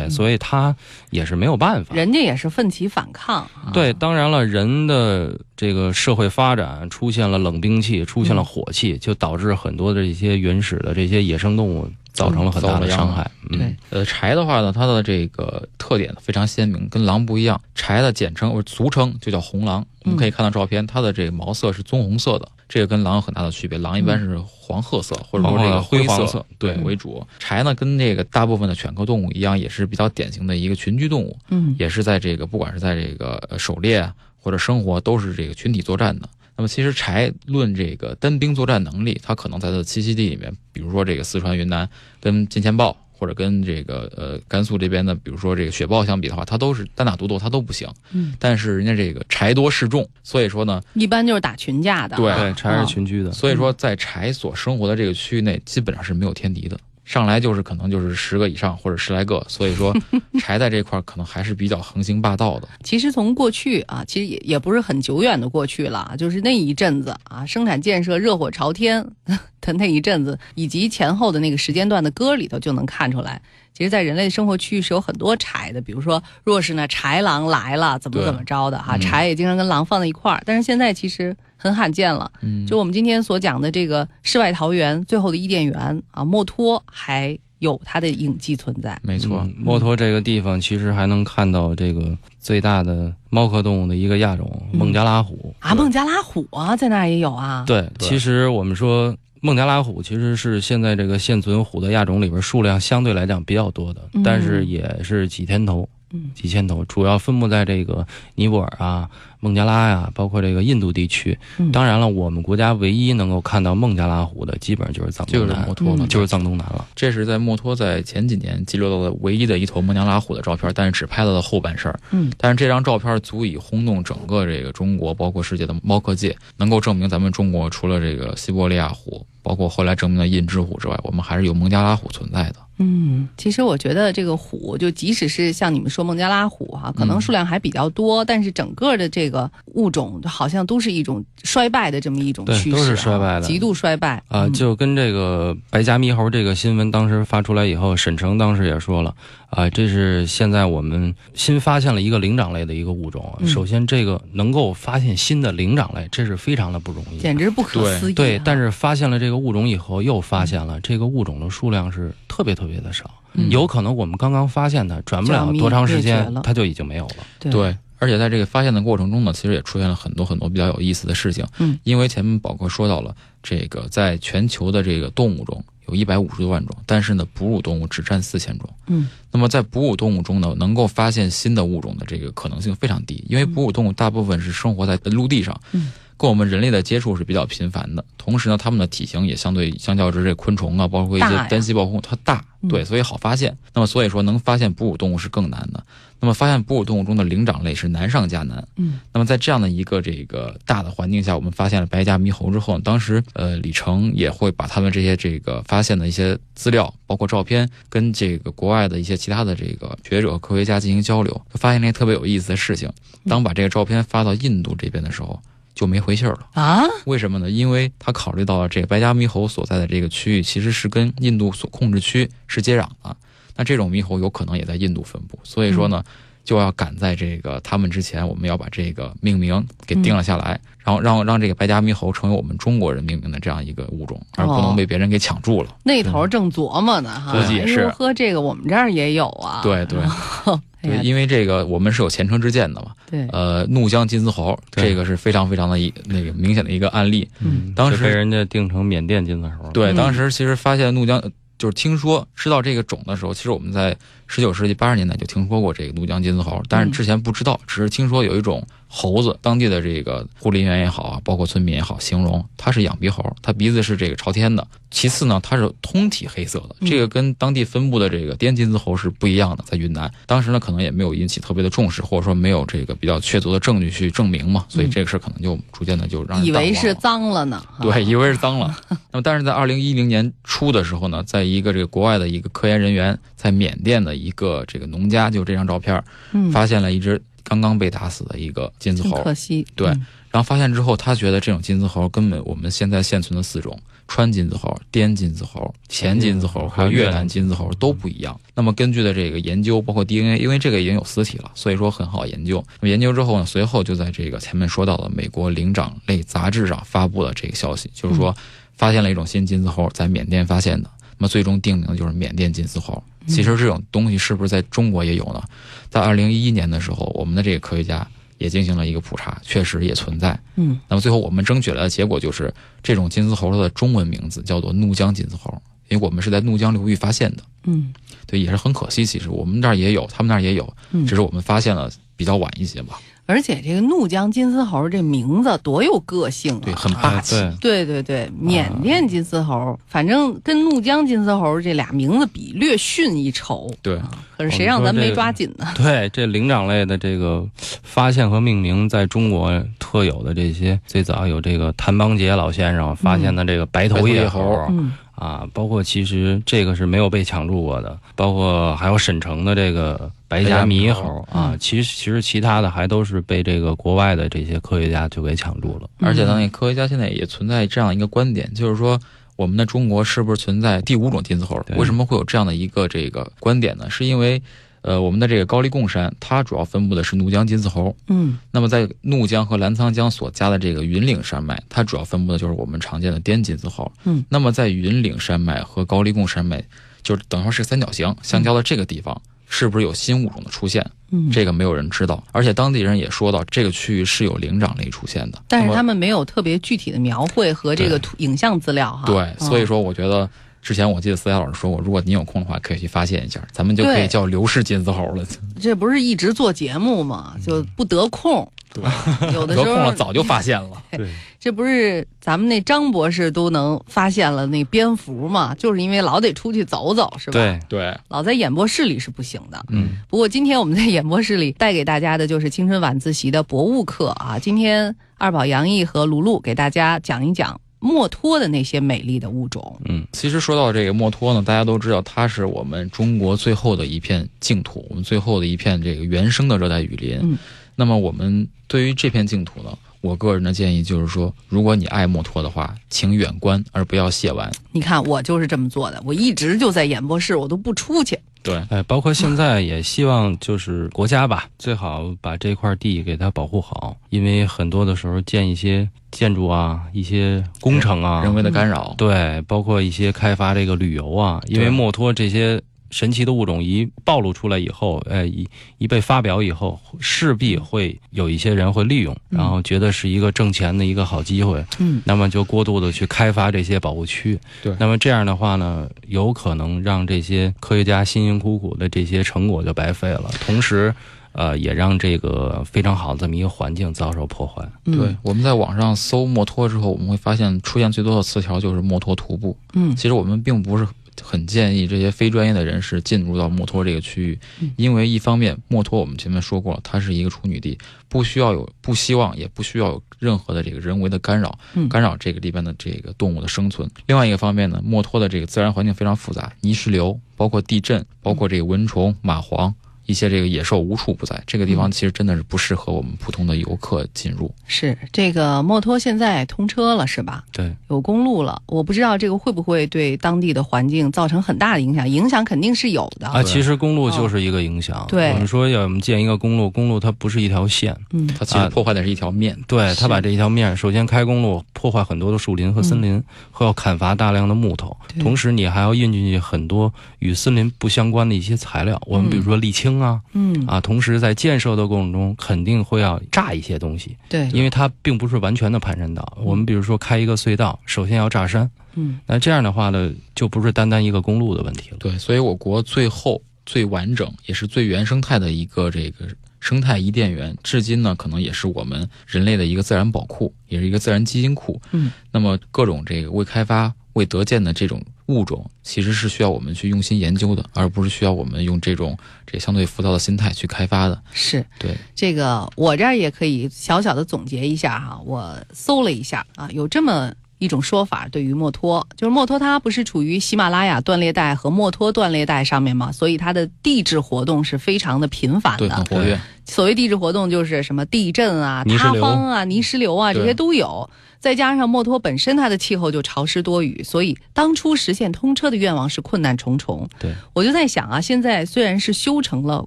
Speaker 3: 对，
Speaker 2: 所以它也是没有办法。
Speaker 1: 人家也是奋起反抗啊。
Speaker 2: 对，当然了，人的这个社会发展出现了冷兵器，出现
Speaker 1: 嗯
Speaker 2: 了火器，就导致很多的这些原始的这些野生动物造成了很大的伤害。
Speaker 1: 嗯
Speaker 2: 嗯，
Speaker 3: 呃，柴的话呢，它的这个特点非常鲜明，跟狼不一样。柴的简称或者俗称就叫红狼，我们可以看到照片，它的这个毛色是棕红色的，这个跟狼有很大的区别。狼一般是黄褐色或者说这个
Speaker 2: 灰
Speaker 3: 灰
Speaker 2: 黄
Speaker 3: 色
Speaker 2: 色，
Speaker 3: 对
Speaker 1: 嗯
Speaker 3: 为主。柴呢，跟这个大部分的犬科动物一样，也是比较典型的一个群居动物，
Speaker 1: 嗯，
Speaker 3: 也是在这个不管是在这个呃狩猎啊或者生活，都是这个群体作战的。那么其实柴论这个单兵作战能力，它可能在它的栖息地里面，比如说这个四川、云南跟金钱豹。或者跟这个呃甘肃这边的，比如说这个雪豹相比的话，它都是单打独斗，它都不行。
Speaker 1: 嗯，
Speaker 3: 但是人家这个柴多势众，所以说呢，
Speaker 1: 一般就是打群架的。
Speaker 3: 对
Speaker 2: 对，
Speaker 1: 嗯
Speaker 2: 柴是群居的。
Speaker 3: 所以说，在柴所生活的这个区域内，基本上是没有天敌的。上来就是可能就是十个以上或者十来个，所以说 柴在这块儿可能还是比较横行霸道的。
Speaker 1: 其实从过去啊，其实也也不是很久远的过去了，啊就是那一阵子啊，生产建设热火朝天 的那一阵子，以及前后的那个时间段的歌里头就能看出来。其实，在人类的生活区域是有很多柴的，比如说，若是呢豺狼来了，怎么
Speaker 3: 对
Speaker 1: 怎么着的哈、啊
Speaker 3: 嗯
Speaker 1: 柴也经常跟狼放在一块儿。但是现在其实很罕见了，
Speaker 3: 嗯
Speaker 1: 就我们今天所讲的这个世外桃源最后的伊甸园啊，墨脱还有它的影迹存在。
Speaker 3: 没错，
Speaker 2: 嗯墨脱这个地方其实还能看到这个最大的猫科动物的一个亚种
Speaker 1: 嗯
Speaker 2: 孟加拉虎
Speaker 1: 啊，孟加拉虎啊，在那儿也有啊。
Speaker 2: 对，
Speaker 3: 对
Speaker 2: 其实我们说孟加拉虎其实是现在这个现存虎的亚种里边数量相对来讲比较多的，
Speaker 1: 嗯
Speaker 2: 但是也是几千头
Speaker 1: 嗯
Speaker 2: 几千头，主要分布在这个尼泊尔啊、孟加拉呀、包括这个印度地区。
Speaker 1: 嗯
Speaker 2: 当然了，我们国家唯一能够看到孟加拉虎的，基本上就是藏
Speaker 3: 就
Speaker 2: 东
Speaker 3: 是
Speaker 2: 南
Speaker 3: 墨，脱了。
Speaker 1: 嗯
Speaker 2: 就是藏东南了。
Speaker 3: 这是在墨脱在前几年记录到的唯一的一头孟加拉虎的照片，但是只拍到了后半身儿。
Speaker 1: 嗯，
Speaker 3: 但是这张照片足以轰动整个这个中国，包括世界的猫科界，能够证明咱们中国除了这个西伯利亚虎，包括后来证明的印支虎之外，我们还是有孟加拉虎存在的。
Speaker 1: 嗯，其实我觉得这个虎，就即使是像你们说孟加拉虎哈、可能
Speaker 3: 嗯
Speaker 1: 数量还比较多，但是整个的这个物种好像都是一种衰败的这么一种
Speaker 2: 对
Speaker 1: 趋势啊、
Speaker 2: 都是衰败的
Speaker 1: 极度衰败
Speaker 2: 啊、
Speaker 3: 呃
Speaker 1: 嗯
Speaker 2: 就跟这个白颊猕猴这个新闻当时发出来以后，沈诚当时也说了，啊、这是现在我们新发现了一个灵长类的一个物种。
Speaker 1: 嗯
Speaker 2: 首先，这个能够发现新的灵长类，这是非常的不容易。
Speaker 1: 简直不可
Speaker 3: 对
Speaker 1: 思议啊、
Speaker 2: 对，但是发现了这个物种以后，又发现了这个物种的数量是特别特别的少，
Speaker 3: 嗯
Speaker 2: 有可能我们刚刚发现它，转不
Speaker 1: 就要
Speaker 2: 了
Speaker 1: 灭
Speaker 2: 多长时
Speaker 1: 灭绝
Speaker 2: 间
Speaker 1: 了，
Speaker 2: 它就已经没有了。
Speaker 1: 对
Speaker 3: 对，而且在这个发现的过程中呢，其实也出现了很多很多比较有意思的事情。
Speaker 1: 嗯，
Speaker 3: 因为前面宝哥说到了，这个在全球的这个动物中有一百五十多万种，但是呢，哺乳动物只占四千种。
Speaker 1: 嗯，
Speaker 3: 那么在哺乳动物中呢，能够发现新的物种的这个可能性非常低，因为哺乳动物大部分是生活在陆地上，
Speaker 1: 嗯
Speaker 3: 跟我们人类的接触是比较频繁的。同时呢，它们的体型也相对相较之这昆虫啊，包括一
Speaker 1: 大呀
Speaker 3: 些单细胞昆虫，它大，
Speaker 1: 嗯
Speaker 3: 对，所以好发现。那么所以说，能发现哺乳动物是更难的。那么发现哺乳动物中的灵长类是难上加难。
Speaker 1: 嗯
Speaker 3: 那么在这样的一个这个大的环境下，我们发现了白颊猕猴之后，当时呃李成也会把他们这些这个发现的一些资料，包括照片，跟这个国外的一些其他的这个学者科学家进行交流，就发现了一个特别有意思的事情。当把这个照片发到印度这边的时候，就没回信儿了。
Speaker 1: 啊，
Speaker 3: 为什么呢？因为他考虑到了这个白颊猕猴所在的这个区域其实是跟印度所控制区是接壤的，那这种猕猴有可能也在印度分布，所以说呢，就要赶在这个他们之前，我们要把这个命名给定了下来，
Speaker 1: 嗯
Speaker 3: 然后让让这个白颊猕猴成为我们中国人命名的这样一个物种，
Speaker 1: 哦
Speaker 3: 而不能被别人给抢注了。
Speaker 1: 那头正琢磨呢哈，
Speaker 3: 估计也是
Speaker 1: 哎呦呵，这个我们这儿也有啊。
Speaker 3: 对对
Speaker 1: 哎呀
Speaker 3: 对，因为这个我们是有前车之鉴的嘛。
Speaker 1: 对，
Speaker 3: 呃，怒江金丝猴
Speaker 2: 对
Speaker 3: 这个是非常非常的一那个明显的一个案例。
Speaker 1: 嗯
Speaker 3: 当
Speaker 2: 就
Speaker 3: 时
Speaker 2: 被人家定成缅甸金丝猴了。
Speaker 3: 对，
Speaker 1: 嗯
Speaker 3: 当时其实发现怒江，呃就是听说知道这个种的时候，其实我们在十九世纪八十年代就听说过这个怒江金丝猴，但
Speaker 1: 嗯
Speaker 3: 是之前不知道，只是听说有一种猴子，当地的这个护林员也好啊，包括村民也好，形容它是仰鼻猴，它鼻子是这个朝天的。其次呢，它是通体黑色的，
Speaker 1: 嗯
Speaker 3: 这个跟当地分布的这个滇金丝猴是不一样的。在云南，当时呢可能也没有引起特别的重视，或者说没有这个比较确凿的证据去证明嘛，所以这个事儿可能就逐渐的就让人
Speaker 1: 嗯以
Speaker 3: 淡
Speaker 1: 为
Speaker 3: 忘
Speaker 1: 是
Speaker 3: 了
Speaker 1: 脏了呢。哈
Speaker 3: 对，以为是脏了。那么，但是在二零一零年初的时候呢，在一个这个国外的一个科研人员在缅甸的一个这个农家，就这张照片儿
Speaker 1: 嗯，
Speaker 3: 发现了一只刚刚被打死的一个金丝
Speaker 1: 真
Speaker 3: 猴。
Speaker 1: 可惜。
Speaker 3: 对
Speaker 1: 嗯
Speaker 3: 然后发现之后，他觉得这种金丝猴根本我们现在现存的四种川金丝猴、滇金丝猴、黔金丝猴和越南金丝猴都不一样。那么根据的这个研究，包括 DNA，因为这个已经有尸体了，所以说很好研究。那么研究之后呢，随后就在这个前面说到的美国灵长类杂志上发布了这个消息，就是说发现了一种新金丝猴，在缅甸发现的。那么最终定名的就是缅甸金丝猴。其实这种东西是不是在中国也有呢？在二零一一年的时候，我们的这个科学家也进行了一个普查，确实也存在。
Speaker 1: 嗯，
Speaker 3: 那么最后我们争取来的结果就是，这种金丝猴它的中文名字叫做怒江金丝猴，因为我们是在怒江流域发现的。
Speaker 1: 嗯
Speaker 3: 对，也是很可惜。其实我们那儿也有，他们那儿也有，
Speaker 1: 嗯
Speaker 3: 只是我们发现了比较晚一些吧。
Speaker 1: 而且这个怒江金丝猴这名字多有个性啊！
Speaker 3: 对，很霸气。
Speaker 2: 对，
Speaker 1: 对对对，缅甸金丝猴，
Speaker 3: 啊
Speaker 1: 反正跟怒江金丝猴这俩名字比，略逊一筹。
Speaker 3: 对
Speaker 1: 啊，可是谁让咱没抓紧 呢？
Speaker 2: 对，这灵长类的这个发现和命名，在中国特有的这些，最早有这个谭邦杰老先生发现的这个白头叶
Speaker 3: 白头叶
Speaker 2: 猴、
Speaker 1: 嗯
Speaker 2: 啊，包括其实这个是没有被抢注过的，包括还有沈城的这个白颊猕
Speaker 1: 白颊猕
Speaker 2: 猴
Speaker 1: 猴
Speaker 2: 啊，其实其实其他的还都是被这个国外的这些科学家就给抢注了。
Speaker 3: 而且呢，那科学家现在也存在这样一个观点，就是说。我们的中国是不是存在第五种金丝猴？
Speaker 2: 对
Speaker 3: 为什么会有这样的一个这个观点呢？是因为，呃，我们的这个高黎贡山，它主要分布的是怒江金丝猴，
Speaker 1: 嗯
Speaker 3: 那么在怒江和澜沧江所夹的这个云岭山脉，它主要分布的就是我们常见的滇金丝猴。
Speaker 1: 嗯，
Speaker 3: 那么在云岭山脉和高黎贡山脉，就是等于说是三角形相交的这个地方，是不是有新物种的出现？
Speaker 1: 嗯，
Speaker 3: 这个没有人知道，而且当地人也说到这个区域是有灵长类出现的。
Speaker 1: 但是
Speaker 3: 那
Speaker 1: 他
Speaker 3: 么
Speaker 1: 们没有特别具体的描绘和这个图影像资料哈。嗯
Speaker 3: 对，所以
Speaker 1: 说
Speaker 3: 说我觉得之前我记得思佳老师说过，如果您有空的话，可以去发现一下，咱们就可以
Speaker 1: 对
Speaker 3: 叫刘氏金丝猴了。
Speaker 1: 这不是一直做节目吗？就不得空。对， 有的
Speaker 3: 嗯得
Speaker 1: 时
Speaker 3: 空了
Speaker 1: 候
Speaker 3: 早就发 现了。
Speaker 2: 对，
Speaker 1: 这不是咱们那张博士都能发现了那蝙蝠嘛？就是因为老得出去走走，是吧？，
Speaker 2: 对，
Speaker 3: 对，
Speaker 1: 老在演播室里是不行的。
Speaker 3: 嗯，
Speaker 1: 不过今天我们在演播室里带给大家的就是青春晚自习的博物课啊。今天二宝、杨毅和卢璐给大家讲一讲墨脱的那些美丽的物种。
Speaker 2: 嗯，
Speaker 3: 其实说到这个墨脱呢，大家都知道它是我们中国最后的一片净土，我们最后的一片这个原生的热带雨林。
Speaker 1: 嗯
Speaker 3: 那么我们对于这片净土呢，我个人的建议就是说，如果你爱墨脱的话，请远观而不要亵玩。
Speaker 1: 你看，我就是这么做的，我一直就在演播室，我都不出去。
Speaker 3: 对，
Speaker 2: 哎，包括现在也希望就是国家吧，最好把这块地给它保护好，因为很多的时候建一些建筑啊，一些工程啊，
Speaker 3: 人为的干扰。
Speaker 2: 对，包括一些开发这个旅游啊，因为
Speaker 3: 对
Speaker 2: 墨脱这些神奇的物种一暴露出来以后，呃，一一被发表以后，势必会有一些人会利用，
Speaker 1: 嗯
Speaker 2: 然后觉得是一个挣钱的一个好机会，
Speaker 1: 嗯，
Speaker 2: 那么就过度的去开发这些保护区。
Speaker 3: 对
Speaker 2: 那么这样的话呢，有可能让这些科学家辛辛苦苦的这些成果就白费了，同时。呃，也让这个非常好的这么一个环境遭受破坏。
Speaker 1: 嗯
Speaker 3: 对，，我们在网上搜墨脱之后，我们会发现出现最多的词条就是墨脱徒步。
Speaker 1: 嗯
Speaker 3: 其实我们并不是很建议这些非专业的人士进入到墨脱这个区域，因为一方面，墨脱我们前面说过了，它是一个处女地，不需要有不希望，也不需要有任何的这个人为的干扰
Speaker 1: 嗯，
Speaker 3: 干扰这个里边的这个动物的生存。另外一个方面呢，墨脱的这个自然环境非常复杂，泥石流，包括地震，包括这个蚊虫、蚂蟥。一些这个野兽无处不在，这个地方其实真的是不适合我们普通的游客进入。
Speaker 1: 是这个墨脱现在通车了，是吧？
Speaker 2: 对，
Speaker 1: 有公路了，我不知道这个会不会对当地的环境造成很大的影响，影响肯定是有的。
Speaker 2: 啊，其实公路就是一个影响。
Speaker 1: 对
Speaker 2: 我们说要我们建一个公路，公路它不是一条线，
Speaker 1: 嗯
Speaker 3: 它其实
Speaker 2: 啊
Speaker 3: 破坏的是一条面，
Speaker 2: 对，它
Speaker 1: 是
Speaker 2: 把这一条面，首先开公路破坏很多的树林和森林，和要砍伐大量的木头，
Speaker 1: 对
Speaker 2: 同时你还要运进去很多与森林不相关的一些材料，我们比如说沥青啊、
Speaker 1: 嗯，
Speaker 2: 啊，同时在建设的过程中肯定会要炸一些东西，
Speaker 1: 对，
Speaker 2: 因为它并不是完全的盘山道。我们比如说开一个隧道，首先要炸山，
Speaker 1: 嗯
Speaker 2: 那这样的话呢，就不是单单一个公路的问题了。
Speaker 3: 对，所以我国最后最完整也是最原生态的一个这个生态伊甸园，至今呢可能也是我们人类的一个自然宝库，也是一个自然基因库。
Speaker 1: 嗯，
Speaker 3: 那么各种这个未开发、未得见的这种物种，其实是需要我们去用心研究的，而不是需要我们用这种这相对浮躁的心态去开发的。
Speaker 1: 是
Speaker 3: 对，
Speaker 1: 这个，我这儿也可以小小的总结一下哈、我搜了一下啊，有这么。一种说法对于墨脱，就是墨脱它不是处于喜马拉雅断裂带和墨脱断裂带上面嘛，所以它的地质活动是非常的频繁
Speaker 3: 对，
Speaker 1: 的
Speaker 3: 很。活跃。
Speaker 1: 所谓地质活动就是什么地震啊、
Speaker 2: 泥石
Speaker 1: 塌
Speaker 2: 流嗯
Speaker 1: 方啊、泥石流啊，这
Speaker 3: 对
Speaker 1: 些都有。再加上墨脱本身它的气候就潮湿多雨，所以当初实现通车的愿望是困难重重。
Speaker 2: 对，
Speaker 1: 我就在想啊，现在虽然是修成了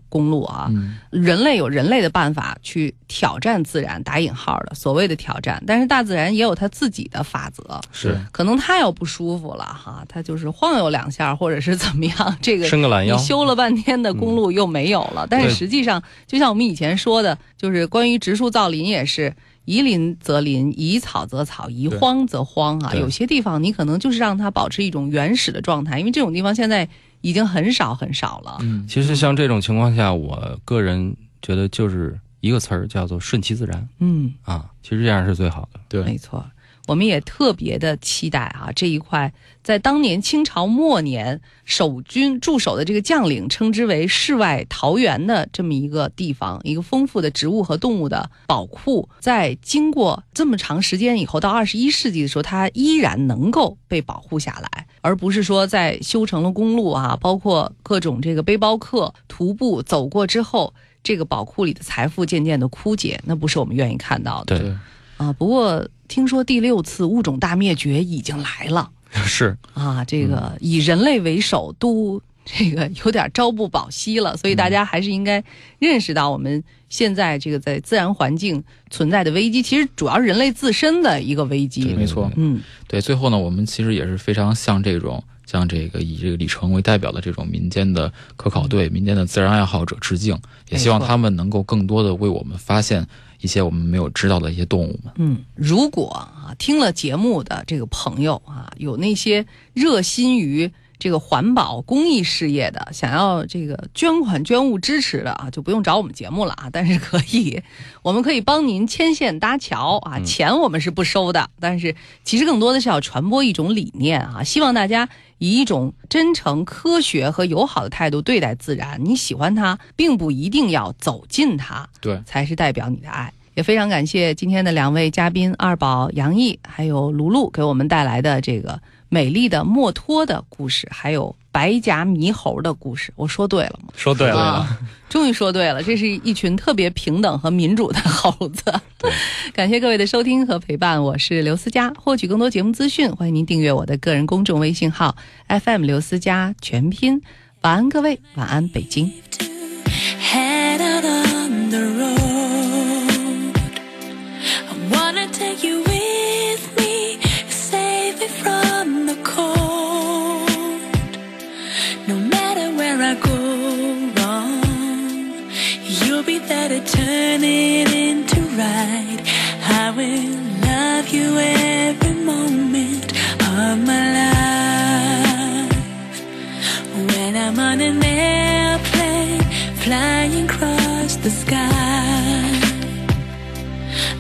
Speaker 1: 公路啊，
Speaker 3: 嗯，
Speaker 1: 人类有人类的办法去挑战自然（打引号的所谓的挑战），但是大自然也有它自己的法则。
Speaker 3: 是
Speaker 1: 可能它要不舒服了哈，它就是晃悠两下，或者是怎么样，这个
Speaker 2: 伸个懒
Speaker 3: 哎
Speaker 1: 你
Speaker 2: 腰，
Speaker 1: 修了半天的公路又没有了。但是
Speaker 2: 对
Speaker 1: 实际上，就像我们以前说的，就是关于植树造林也是。宜林则林，宜草则草，宜
Speaker 3: 对
Speaker 1: 荒则荒啊！
Speaker 3: 对
Speaker 1: 有些地方你可能就是让它保持一种原始的状态，因为这种地方现在已经很少很少了。
Speaker 3: 嗯，
Speaker 2: 其实像这种情况下，我个人觉得就是一个词儿叫做顺其自然
Speaker 1: 嗯，
Speaker 2: 啊，其实这样是最好的。
Speaker 3: 对
Speaker 1: 没错，我们也特别的期待啊，这一块在当年清朝末年守军驻守的这个将领称之为世外桃源的这么一个地方，一个丰富的植物和动物的宝库，在经过这么长时间以后，到二十一世纪的时候，它依然能够被保护下来，而不是说在修成了公路啊，包括各种这个背包客徒步走过之后。这个宝库里的财富渐渐的枯竭，那不是我们愿意看到的。
Speaker 2: 对
Speaker 3: 对
Speaker 1: 啊，不过听说第六次物种大灭绝已经来了
Speaker 2: 是，
Speaker 1: 啊，这个以人类为首都这个有点朝不保夕了，所以大家还是应该认识到我们现在这个在自然环境存在的危机，其实主要是人类自身的一个危
Speaker 2: 对
Speaker 1: 机。
Speaker 3: 没错。
Speaker 1: 嗯
Speaker 3: 对，最后呢，我们其实也是非常像这种像这个以这个里程为代表的这种民间的科考队、民间的自然爱好者致敬，也希
Speaker 1: 嗯
Speaker 3: 望
Speaker 1: 没错
Speaker 3: 他们能够更多的为我们发现一些我们没有知道的一些动物们。
Speaker 1: 嗯，如果啊听了节目的这个朋友啊，有那些热心于这个环保公益事业的，想要这个捐款捐物支持的啊，就不用找我们节目了啊，但是可以， 我们可以帮您牵线搭桥啊，
Speaker 2: 嗯
Speaker 1: 钱我们是不收的，但是其实更多的是要传播一种理念啊，希望大家。以一种真诚、科学和友好的态度对待自然，你喜欢它，并不一定要走进它，
Speaker 3: 对，
Speaker 1: 才是代表你的爱。也非常感谢今天的两位嘉宾二宝杨毅还有卢璐给我们带来的这个美丽的墨脱的故事，还有白颊猕猴的故事。我说对了吗？
Speaker 2: 说对
Speaker 1: 啊， 终于说对了，这是一群特别平等和民主的猴 子。感谢各位的收听和陪伴，我是刘思佳。获取更多节目资讯，欢迎您订阅我的个人公众微信号 FM 刘思佳全拼。晚安，各位，晚安，北京。
Speaker 9: Head out on the road. I wanna take you with me, save me from the cold. No matter where I go wrong, you'll be there to turn it into right. I will love you every moment of my life. When I'm on an airplane flying across the sky,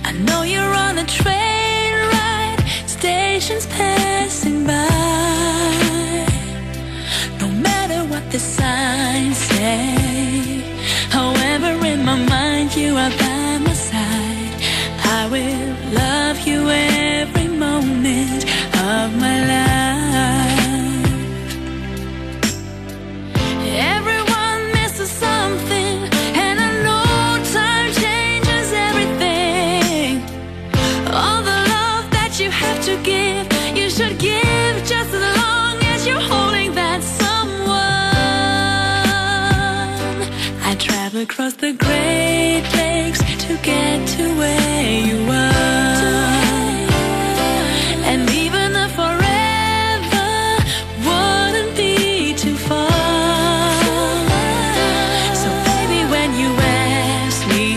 Speaker 9: I know you're on a train ride, stations passing by. No matter what the signs say, however, in my mind, you are by my side. I will love you every moment of my life. Everyone misses something, and I know time changes everything. All the love that you have to give, you should give just as long as you're holding that someone. I travel across the Great Lakes to get to where you are. And even the forever wouldn't be too far. So, baby, when you ask me,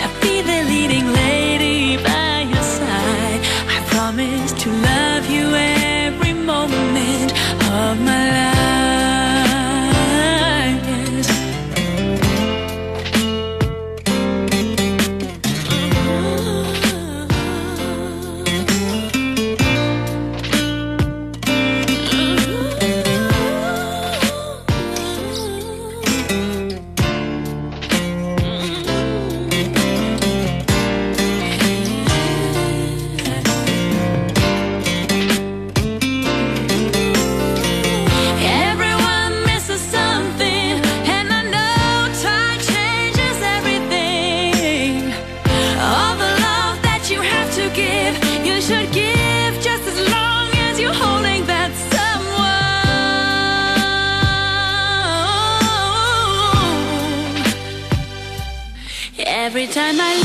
Speaker 9: to be the leading lady by your side. I promise to love you every moment of my life. Yes. Everyone misses something, and I know time changes everything. All the love that you have to give, you should give just as long as you're holding that someone. Every time I